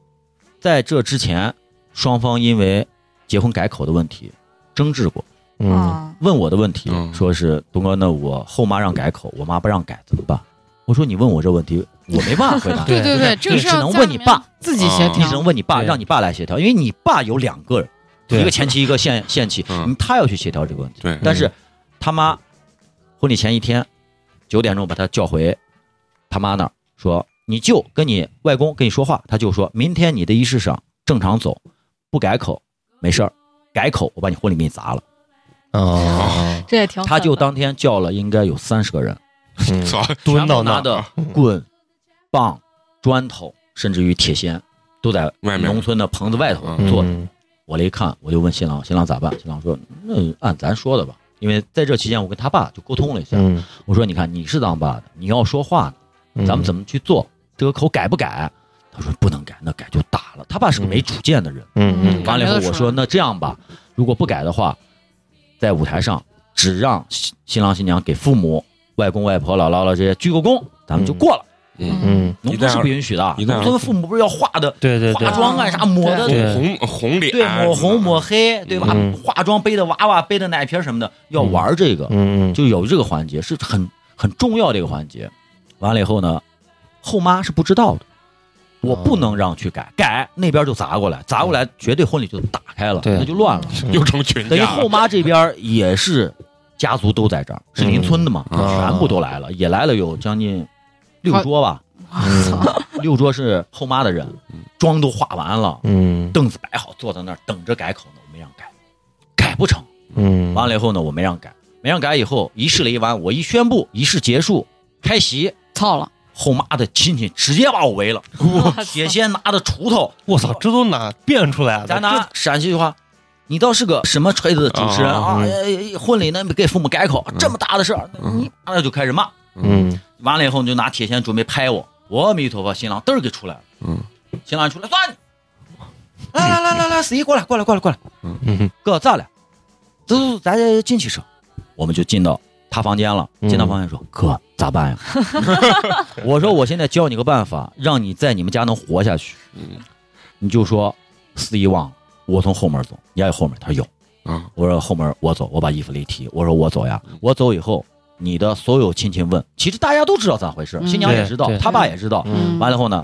在这之前，双方因为结婚改口的问题争执过。
嗯，
啊，
问我的问题，
嗯
说是东哥，那我后妈让改口，我妈不让改，怎么办？我说你问我这问题，我没办法回答
对
对对对，这个
你
是
只
要
能
家
问
里
你
面
爸
自己协
啊
你
调
只能问你爸，
对
让你爸来协调，因为你爸有两个人，
对
一个前妻，一个现现妻，
嗯
他要去协调这个问题。
对嗯
但是他妈婚礼前一天九点钟把他叫回他妈那儿，说你舅跟你外公跟你说话，他就说明天你的仪式上正常走，不改口没事儿，改口我把你婚礼给你砸了。 [LAUGHS]
啊，
这也挺狠的
他就当天叫了应该有三十个人，
嗯
操，
蹲到
全部拿
那
的棍、棒、砖头，甚至于铁锨，都在
外面
农村的棚子外头
嗯
做的。
嗯
我来一看，我就问新郎，新郎咋办？新郎说，那按咱说的吧。因为在这期间，我跟他爸就沟通了一下，
嗯，
我说，你看你是当爸的，你要说话呢，咱们怎
么？
么去做？这个口改不改？他说不能改，那改就打了。他爸是个没主见的人。
嗯嗯
完了
感
以
觉
后，
得
我
出
说
来
那这样吧，如果不改的话，在舞台上只让新新郎新娘给父母、外公外婆、姥姥姥姥这些鞠个躬，咱们就过了。
嗯，
农村是不允许的，
一旦
农村父母不是要化的
对对对
化，妆啊干啥抹的，
对
红呃红脸，
啊
对，抹红抹黑，对吧
嗯？
化妆背的娃娃，背的奶瓶什么的，要玩这个，
嗯嗯
就有这个环节是很很重要的一个环节。完了以后呢，后妈是不知道的，我
哦
不能让去改，改那边就砸过来，砸过来绝对婚礼就打开
嗯
了，
对嗯
那就乱了。
又成群
等于
架
后
了。
妈这边也是家族都在这儿，是邻村的嘛，
嗯
啊
全部都来了，也来了有将近六桌吧，
嗯
六桌是后妈的人，妆都化完了，
嗯
凳子摆好，坐在那儿等着改口呢，我没让改，改不成。
嗯，
完
了，
了以后呢，我没让改，没让改以后，仪式了一完，我一宣布仪式结束，开席，
操了，
后妈的亲戚直接把我围了，铁锨拿着锄头，
我操，这都哪变出来的？
咱拿陕西话，你倒是个什么锤子的主持人啊？
啊
哎哎哎婚礼呢给父母改口，这么大的事儿，你那就开始骂。
嗯
完了以后你就拿铁锨准备拍我，我阿弥陀佛，新郎嘚儿给出来了，
嗯，
新郎一出来算你，来来来来来，十一过来过来过来过来，
嗯
哥咱啊俩，走走走，咱进去说，我们就进到他房间了，进到房间说哥，咋办呀？我说我现在教你个办法，让你在你们家能活下去。
嗯
你就说司仪旺，我从后门走，你家有后门？他说有。
啊，
我说后门我走，我把衣服里提。我说我走呀，我走以后，你的所有亲戚问，其实大家都知道咋回事，
嗯
新娘也知道
对，对
他爸也知道。
嗯
完了后呢，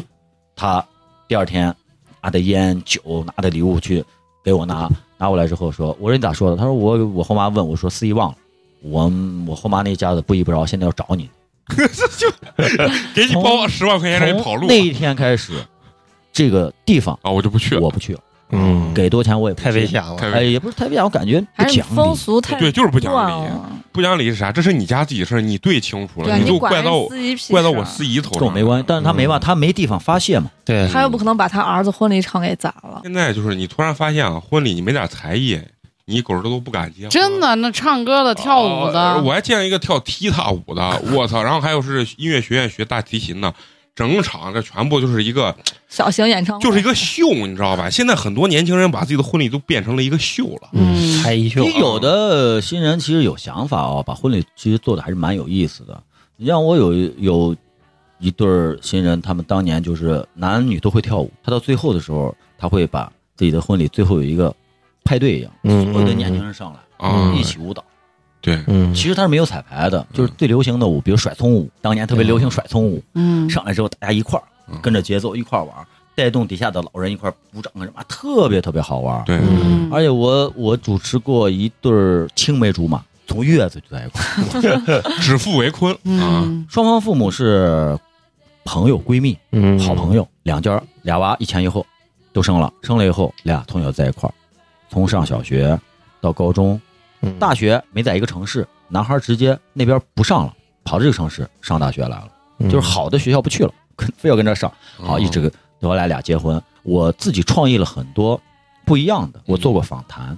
他第二天拿的烟酒，拿的礼物去给我拿，拿过来之后说，我说你咋说的？他说我我后妈问我说司仪忘了，我我后妈那家子不依不饶，现在要找你。
给你包十万块钱让你跑路
从那一天开始，这个地方
啊，我就不去了。
我不去了，
嗯，
给多钱我也不去
太危。险了，
太危
哎，也不是太危险，我感觉不
还是
讲理。
风俗太
对，就是不讲
乱
理，
了，
不讲理是啥？这是你家自己事儿，你最清楚了，
对，啊
就
管
怪到
人
我
司仪屁
怪到我
事儿
司仪头上，
跟我没关系，。但是他没办
嗯
法，他没地方发泄嘛。
对，
他又不可能把他儿子婚礼场给砸了。
现在就是你突然发现啊，婚礼你没点才艺，你狗日都不敢结婚。
真的，那唱歌的、跳舞
啊
的，
我还见一个跳踢踏舞的，我操！然后还有是音乐学院学大提琴的，整场这全部就是一个
小型演
哦
唱会
就是一个秀，你知道吧？现在很多年轻人把自己的婚礼都变成了一个秀了。
嗯，
才艺秀
就，有的新人其实有想法哦，把婚礼其实做的还是蛮有意思的。你像我有有一对儿新人，他们当年就是男女都会跳舞，他到最后的时候，他会把自己的婚礼最后有一个派对一样，
嗯
所有的年轻人上来、
啊
一起舞蹈。
对，
嗯，
其实他是没有彩排的，就是最流行的舞，比如甩葱舞，当年特别流行甩葱舞，
嗯，
上来之后大家一块儿
嗯
跟着节奏一块儿玩儿，带动底下的老人一块儿鼓掌啊什么，特别特别好玩儿。
对，
嗯
而且我我主持过一对儿青梅竹马，从月子就在一
[LAUGHS]
块儿，
指腹为婚啊，
嗯，
双方父母是朋友闺蜜，
嗯，
好朋友，两家儿俩娃一前一后都生了，生了以后俩从小在一块儿，从上小学到高中，
嗯，
大学没在一个城市，男孩儿直接那边不上了，跑这个城市上大学来了，
嗯
就是，好的学校不去了，跟非要跟这儿上。好，一直跟我俩俩结婚。我自己创意了很多不一样的，我做过访谈，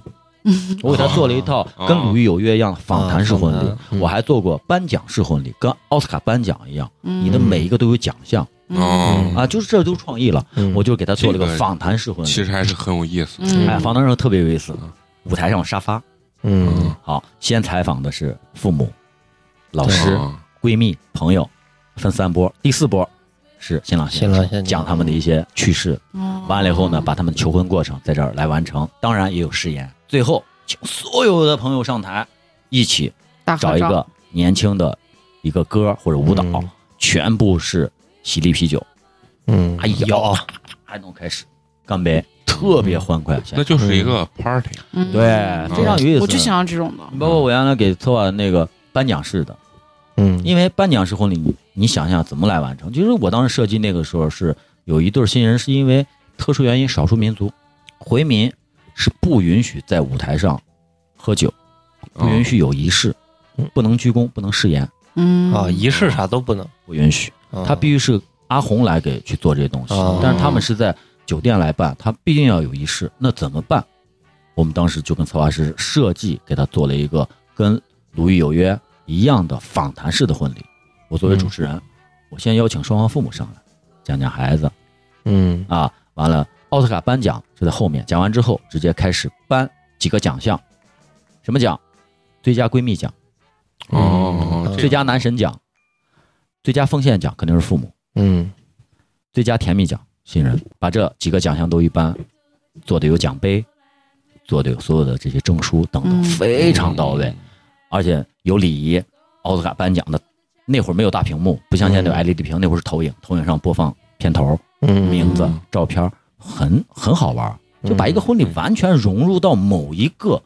我给他做了一套
哦
跟《鲁豫有约》一样的访谈式婚
啊
礼，
访谈嗯
我还做过颁奖式婚礼，跟奥斯卡颁奖一样，
嗯
你的每一个都有奖项、
哦
啊，就是这都创意了。
嗯
我就给他做了一
这
个
个
访谈式婚礼，
其实还是很有意思。
嗯
哎，访谈上特别有意思
嗯，
舞台上有沙发，
嗯
好，先采访的是父母、老师、
啊
闺蜜、朋友，分三波，第四波是新郎
新郎新娘
讲他们的一些趣事。完了以后呢，把他们求婚过程在这儿来完成，当然也有誓言。最后，请所有的朋友上台，一起
大合
找一
照
个年轻的一个歌或者舞蹈，
嗯
全部是喜力啤酒，
嗯，
哎呀，还能开始干杯，特别欢快。
那就是一个 party，
嗯
对，非常有意思。
我就想要这种的，
包括我原来给策划的那个颁奖式的，
嗯，
因为颁奖式婚礼，你你想想怎么来完成？其实我当时设计那个时候是有一对新人，是因为特殊原因，少数民族回民是不允许在舞台上喝酒，嗯
哦
不
嗯
允许有仪式，不能鞠躬，不能誓言，
嗯
啊，仪式啥都不能，
不允许。
啊
他必须是阿红来给去做这些东西
哦，
但是他们是在酒店来办，他必定要有仪式，那怎么办？我们当时就跟策划师设计给他做了一个跟《鲁豫有约》一样的访谈式的婚礼。我作为主持人，我先邀请双方父母上来讲讲孩子
嗯
啊，完了奥斯卡颁奖是在后面，讲完之后直接开始颁几个奖项，什么奖？最佳闺蜜奖、
哦，这
嗯最佳男神奖、最佳奉献奖，肯定是父母。
嗯
最佳甜蜜奖新人，把这几个奖项都一般，做的有奖杯，做的有所有的这些证书等等，
嗯
非常到
嗯
位，而且有礼仪。奥斯卡颁奖的那会儿没有大屏幕，不像现在
嗯
有 LED 屏，那会儿是投影，投影上播放片头、
嗯
名字、照片，很很好玩儿，
嗯
就把一个
嗯
婚礼完全融入到某一个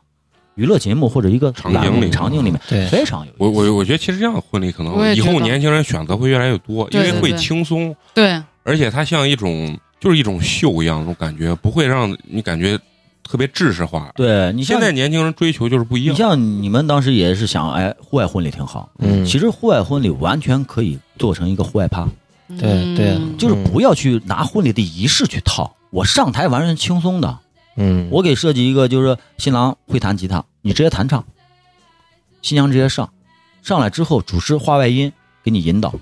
娱乐节目或者一个
场景
栏目
里
场景里面，
对，
非常有意思。
我我我觉得其实这样的婚礼可
我
能
也
以
觉
后
得
年轻人选择会越来越多，因
对
为
对
会
对
轻松，
对，
而且它像一种就是一种秀一样那种感觉，不会让你感觉特别制式化。
对你像
现在年轻人追求就是不一
你
样，
像你们当时也是想，哎，户外婚礼挺好。
嗯
其实户外婚礼完全可以做成一个户外趴，
对对
嗯
就是不要去拿婚礼的仪式去套。我上台完全轻松的，
嗯
我给设计一个，就是新郎会弹吉他，你直接弹唱；新娘直接上，上来之后主持话外音给你引导。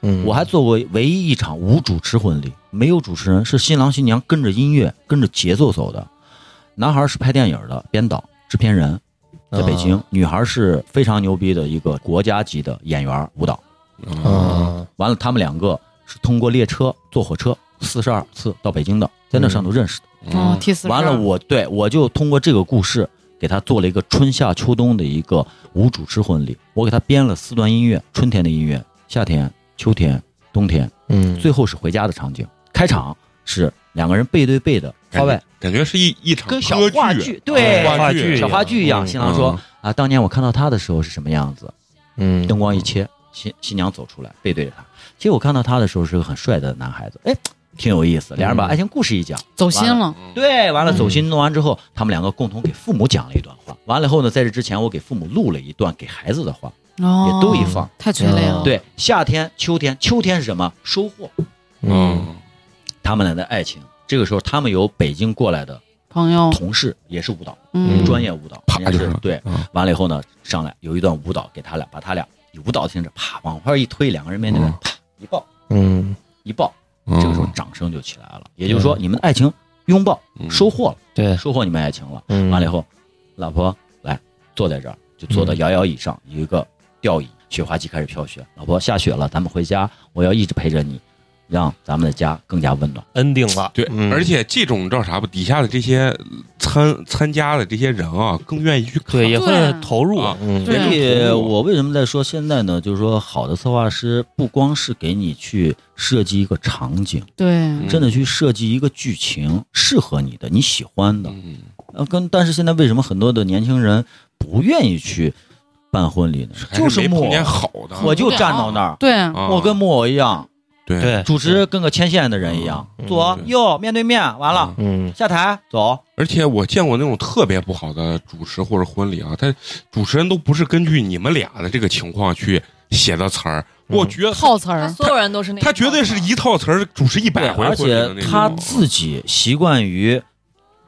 嗯
我还做过唯一一场无主持婚礼，没有主持人，是新郎新娘跟着音乐跟着节奏走的。男孩是拍电影的编导、制片
嗯
人，在北京；女孩是非常牛逼的一个国家级的演员、舞蹈。
嗯
嗯
啊，
完了，他们两个是通过列车坐火车四十二次到北京的，在那上头认识的。
哦
嗯，
，T 四
完了，我对我就通过这个故事给他做了一个春夏秋冬的一个无主持婚礼，我给他编了四段音乐：春天的音乐，夏天、秋天、冬天，
嗯，
最后是回家的场景。开场是两个人背对背的
感
花外
觉，感觉是一一场
跟小
歌
话
剧，
剧对
啊
话剧
剧
小话剧一样。
嗯
新郎说啊，当年我看到他的时候是什么样子？
嗯，
灯光一切，新新娘走出来，背对着他。其实我看到他的时候是个很帅的男孩子，哎，挺有意思。俩人把
嗯
爱情故事一讲，
走心了，
对，完了
嗯
走心弄完之后，他们两个共同给父母讲了一段话。完了以后呢，在这之前我给父母录了一段给孩子的话，
哦，
也都一放。
太催泪了。
对，夏天、秋天，秋天是什么？收获。
嗯，
嗯，
他们俩的爱情。这个时候，他们有北京过来的
朋友，
同事，也是舞蹈，
嗯，
专业舞蹈，
啪
人家
就是是
对。
啊
完了以后呢，上来有一段舞蹈给他俩，把他俩舞蹈听着，啪往外一推，两个人面对面，
嗯
啪一抱
嗯，
一抱，
嗯
这个时候掌声就起来了。也就是说，你们的爱情拥抱
嗯
收获了，
对，
收获你们爱情了。
嗯，
完了以后，老婆来坐在这儿，就坐
嗯
到摇摇椅上，有一个吊椅，雪花机开始飘雪。老婆下雪了，咱们回家，我要一直陪着你，让咱们的家更加温暖。
恩定了，
对，
嗯
而且这种你知道啥不？底下的这些参参加的这些人啊，更愿意去看
对也会
对
投入
啊，
嗯
对
所以
这种投入
我为什么在说现在呢？就是说，好的策划师不光是给你去设计一个场景，
对，
嗯
真的去设计一个剧情，适合你的、你喜欢的。
嗯
呃，跟但是现在为什么很多的年轻人不愿意去办婚礼呢？
还
就是是
没
木
碰见
偶，
好的，
我就站到那儿，
对，
啊
我跟木偶一样，
对
对，
主持跟个牵线的人一样，
嗯
左
对
右面对面，完了
嗯，
下台走，
而且我见过那种特别不好的主持或者婚礼啊，他主持人都不是根据你们俩的这个情况去写的词儿，
嗯
我觉得
套词
他
儿，
所有人都是那
他绝对是一套词儿主持一百回
而
婚礼的
且
那种
他自己习惯于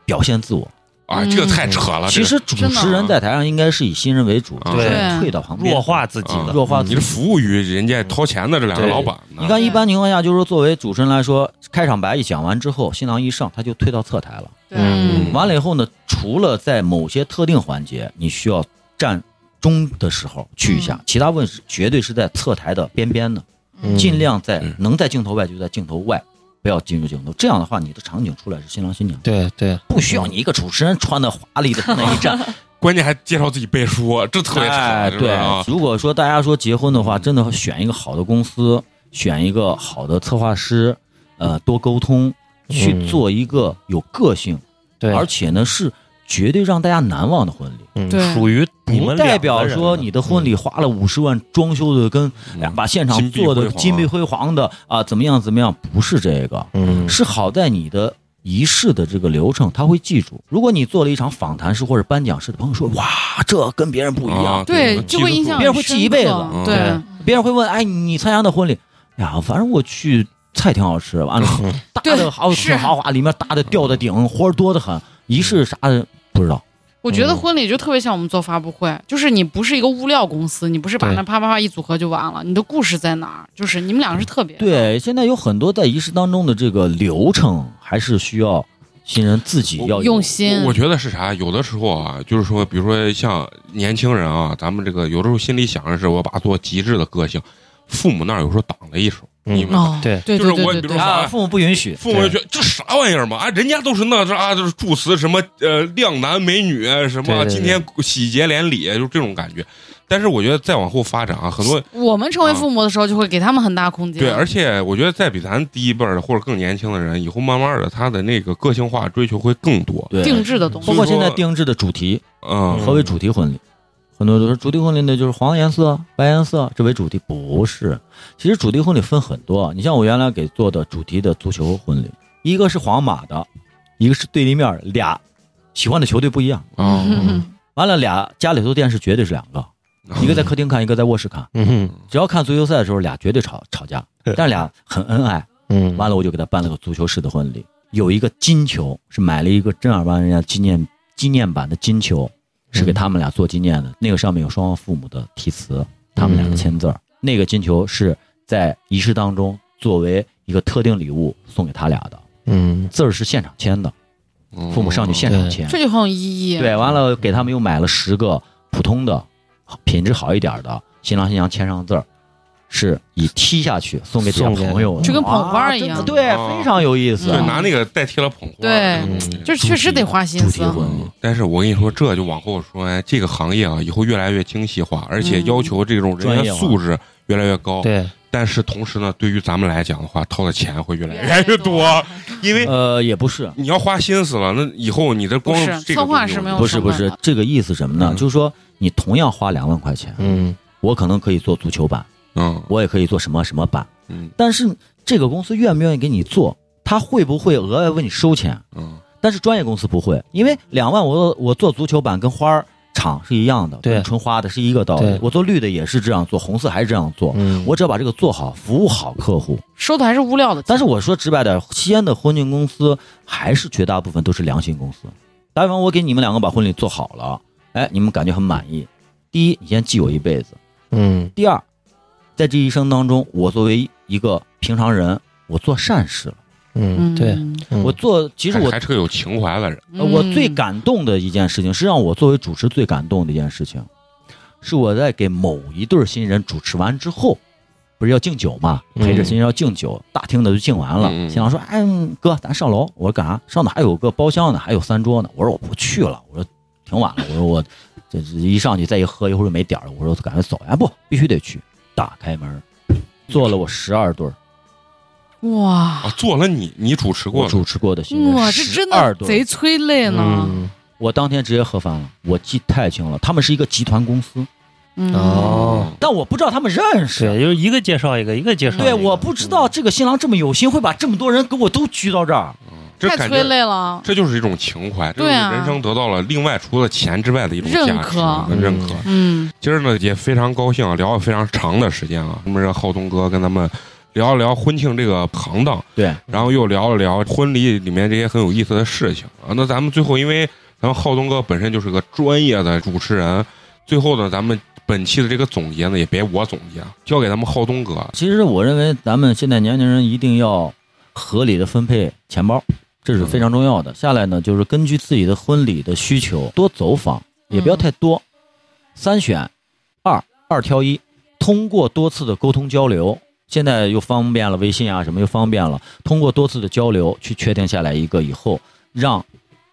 表现自我。
啊，这个
嗯
太扯了。
其实主
真的
持人在台上应该是以新人为主，
对
主持人退到旁边
弱化自己
啊
的，
弱化
这
自
个你
己
是。服务于人家掏钱的这两个
对
老板呢
你，看，一般情况下，就是说作为主持人来说，开场白一讲完之后，新郎一上，他就退到侧台了。
嗯
完了以后呢，除了在某些特定环节你需要站中的时候去一下，其他位置绝对是在侧台的边边的，
嗯
尽量在
嗯
能在镜头外就在镜头外，不要进入镜头。这样的话，你的场景出来是新郎新娘，
对对，
不需要你一个主持人穿的华丽的那一 [LAUGHS] 站。
关键还介绍自己背书，这特别扯，
哎，
是不是
对
啊，，
如果说大家说结婚的话，真的选一个好的公司，选一个好的策划师，呃，多沟通，去
嗯
做一个有个性，
对，
而且呢是绝对让大家难忘的婚礼。
嗯
对
属于你
不
们
代
两个
表
人嗯
说
的嗯
你的婚礼花了五十万，装修的跟、哎呀把现场
金碧
做
辉
的
啊
煌
金碧辉煌的啊，怎么样怎么样？不是这个，
嗯
是好在你的仪式的这个流程他会记住。如果你做了一场访谈式或者颁奖式的朋友说，哇，这跟别人不一样，
啊
对，就会印象
别人会
很
记一
深
辈子
刻
嗯
对，
别人会问，哎，你参加的婚礼哎呀，反正我去菜挺好吃，
[LAUGHS]
完了搭的好
对是
挺豪华，里面搭的吊的顶，花儿多的很，仪式啥的不知道。
我觉得婚礼就特别像我们做发布会，就是你不是一个物料公司，你不是把
对
那啪啪啪一组合就完了，你的故事在哪儿？就是你们两个是特别，
对，现在有很多在仪式当中的这个流程，还是需要新人自己要有
用。心
我，我觉得是啥？有的时候啊，就是说，比如说像年轻人啊，咱们这个有的时候心里想的是我把它做极致的个性，父母那儿有时候挡了一手，
嗯
你们
哦，
对
对
就是
对
我
对
比
对
如
对，
啊，父母不允许。
父母就觉得这啥玩意儿嘛？啊，人家都是那这啊，就是祝词什么呃靓男美女啊什
对
么，
对对
今天喜结连理，啊就这种感觉。但是我觉得再往后发展啊，很多
我们成为父母的时候就会给他们很大空间，
对，而且我觉得再比咱低一辈儿的或者更年轻的人，以后慢慢的他的那个个性化追求会更多。
对，
定制的东西
包括现
所
在
以说
定制的主题，
嗯
何为主题婚礼？很多人都说主题婚礼呢，就是黄颜色、白颜色，这为主题不是。其实主题婚礼分很多，你像我原来给做的主题的足球婚礼，一个是皇马的，一个是对立面俩喜欢的球队不一样。
啊，
嗯
完了俩家里头电视绝对是两
[LAUGHS]
个，一个在客厅看，一个在卧室看。
嗯哼
只要看足球赛的时候，俩绝对吵吵架，但俩很恩爱。
嗯，
完了，我就给他办了个足球式的婚礼，有一个金球是买了一个正儿八经人家纪念纪念版的金球，是给他们俩做纪念的。那个上面有双方父母的题词，他们俩的签字儿。那个金球是在仪式当中作为一个特定礼物送给他俩的，
嗯
字儿是现场签的，
嗯
父母上去现场签。
[LAUGHS] 这就很有意义。
对，完了给他们又买了十个普通的，好品质好一点的，新郎新娘签上字儿，是以踢下去送给这些
送给
朋友的，
就跟捧花
啊
一样
真的对，
哦
非常有意思
对，
啊。
拿那个代替了捧花。
对
嗯
就是确实得花心
主题
思。
婚礼，
但是我跟你说，这就往后说，哎，这个行业啊，以后越来越精细化，而且要求这种人
专业
员
化
素质越来越高。
对，
但是同时呢，对于咱们来讲的话，掏的钱会越来
越来越
多，因为
呃，也不是，
你要花心思了，那以后你的光
不是
这个
策划
东西
是没有
不是不是
成本，
这个意思什么呢？
嗯
就是说，你同样花两万块钱，
嗯，
我可能可以做足球版，
嗯
我也可以做什么什么版，
嗯
但是这个公司愿不愿意给你做，他会不会额外为你收钱？
嗯，
但是专业公司不会，因为两万我我做足球版跟花儿场是一样的，
对
跟纯花的是一个道理
对。
我做绿的也是这样做，红色还是这样做。
嗯
我只要把这个做好，服务好客户。
收的还是物料的钱，
但是我说直白点，西安的婚庆公司还是绝大部分都是良心公司。打比方，我给你们两个把婚礼做好了，哎，你们感觉很满意。第一，你先记我一辈子；
嗯
第二，在这一生当中，我作为一个平常人，我做善事了。
嗯，
嗯，
对，嗯
我做，其实
还
我
还是个有情怀的人。
呃，我最
嗯
感动的一件事情，是让我作为主持最感动的一件事情，是我在给某一对儿新人主持完之后，不是要敬酒嘛，
嗯
陪着新人要敬酒，大厅的就敬完了。
嗯嗯
新郎说：“哎，嗯哥，咱上楼。”我说：“干啥？上哪还有个包厢呢，还有三桌呢。”我说：“我不去了。”我说：“挺晚了。”我说：“我这这一上去再一喝，一会儿就没点儿了。”我说：“赶快走呀！不，必须得去。”打开门，坐了我十二对儿
哇
啊，做了你你主持过
我
的，
主持过的新人，
哇，这真的
12对儿
贼催泪呢。
嗯
我当天直接喝翻了，我记太清了，他们是一个集团公司，
嗯，
哦，
但我不知道他们认识。
对，就是一个介绍一个，一个介绍一个。
对，我不知道这个新郎这么有心，会把这么多人给我都聚到这儿。
这
太
感
催
觉
泪了。
这就是一种情怀，这就
对
是
啊
人生得到了另外除了钱之外的一种
认
价值
可
嗯认可。
嗯，
今儿呢也非常高兴啊，聊了非常长的时间啊，我们让浩东哥跟咱们聊一聊婚庆这个行当，
对，
然后又聊了聊婚礼里面这些很有意思的事情啊。那咱们最后，因为咱们浩东哥本身就是个专业的主持人，最后呢，咱们本期的这个总结呢，也别我总结，啊交给咱们浩东哥。
其实我认为咱们现在年轻人一定要合理的分配钱包，这是非常重要的。下来呢，就是根据自己的婚礼的需求多走访，也不要太多，三选二，二挑一。通过多次的沟通交流，现在又方便了，微信啊什么又方便了。通过多次的交流去确定下来一个以后，让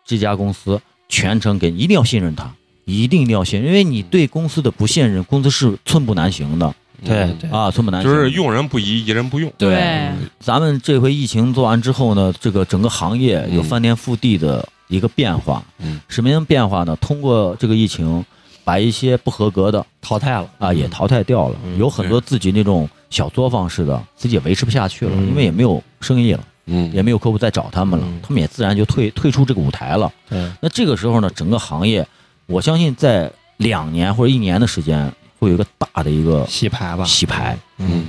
这家公司全程给你，一定要信任他，一定一定要信任，因为你对公司的不信任，公司是寸步难行的
对
嗯，
对，
啊，寸步难
就
行。
是用人不疑，疑人不用。
对，
咱们这回疫情做完之后呢，这个整个行业有
嗯
翻天覆地的一个变化。
嗯，
什么样的变化呢？通过这个疫情，把一些不合格的
淘汰了
啊也淘汰掉了，
嗯
有很多自己那种小作坊式的，自己也维持不下去了，
嗯
因为也没有生意了，
嗯，
也没有客户再找他们了，
嗯
他们也自然就退退出这个舞台了。
对，
那这个时候呢，整个行业，我相信在两年或者一年的时间，会有一个大的一个
洗牌吧，
洗牌，
嗯，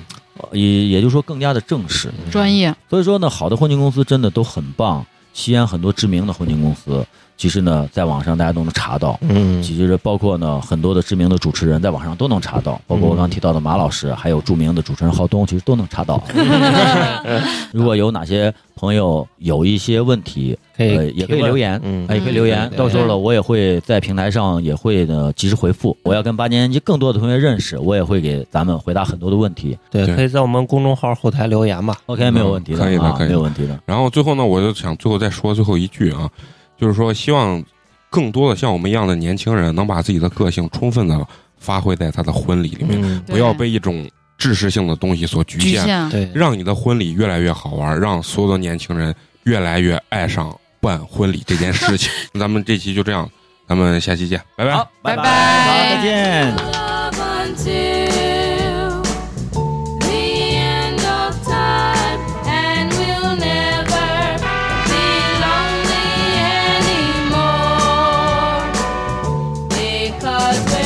也也就是说更加的正式。
专业，
所以说呢，好的婚庆公司真的都很棒。西安很多知名的婚庆公司，其实呢，在网上大家都能查到。
嗯，
其实包括呢，很多的知名的主持人在网上都能查到，包括我刚提到的马老师，还有著名的主持人浩东，其实都能
[LAUGHS]
查到。如果有哪些朋友有一些问题，
可
呃，
以
也可以留
言，
言，
嗯
哎，也可以留言。
嗯
到时候呢，我也会在平台上也会呢及时回复。我要跟八年级更多的同学认识，我也会给咱们回答很多的问题。
对，
对
可以在我们公众号后台留言吧。
OK，没有问题的
嗯可以的
啊，
可以的
没有问题的。
然后最后呢，我就想最后再说最后一句啊，就是说希望更多的像我们一样的年轻人能把自己的个性充分的发挥在他的婚礼里面，
嗯，
对
不要被一种知识性的东西所局
局
限，
限，
对，
让你的婚礼越来越好玩，让所有的年轻人越来越爱上办婚礼这件事
[LAUGHS]
情。咱们这期就这样，咱们下期见，拜拜。
好，拜
拜拜
好，再见。
Love until the end of time, and we'll never be lonely anymore because.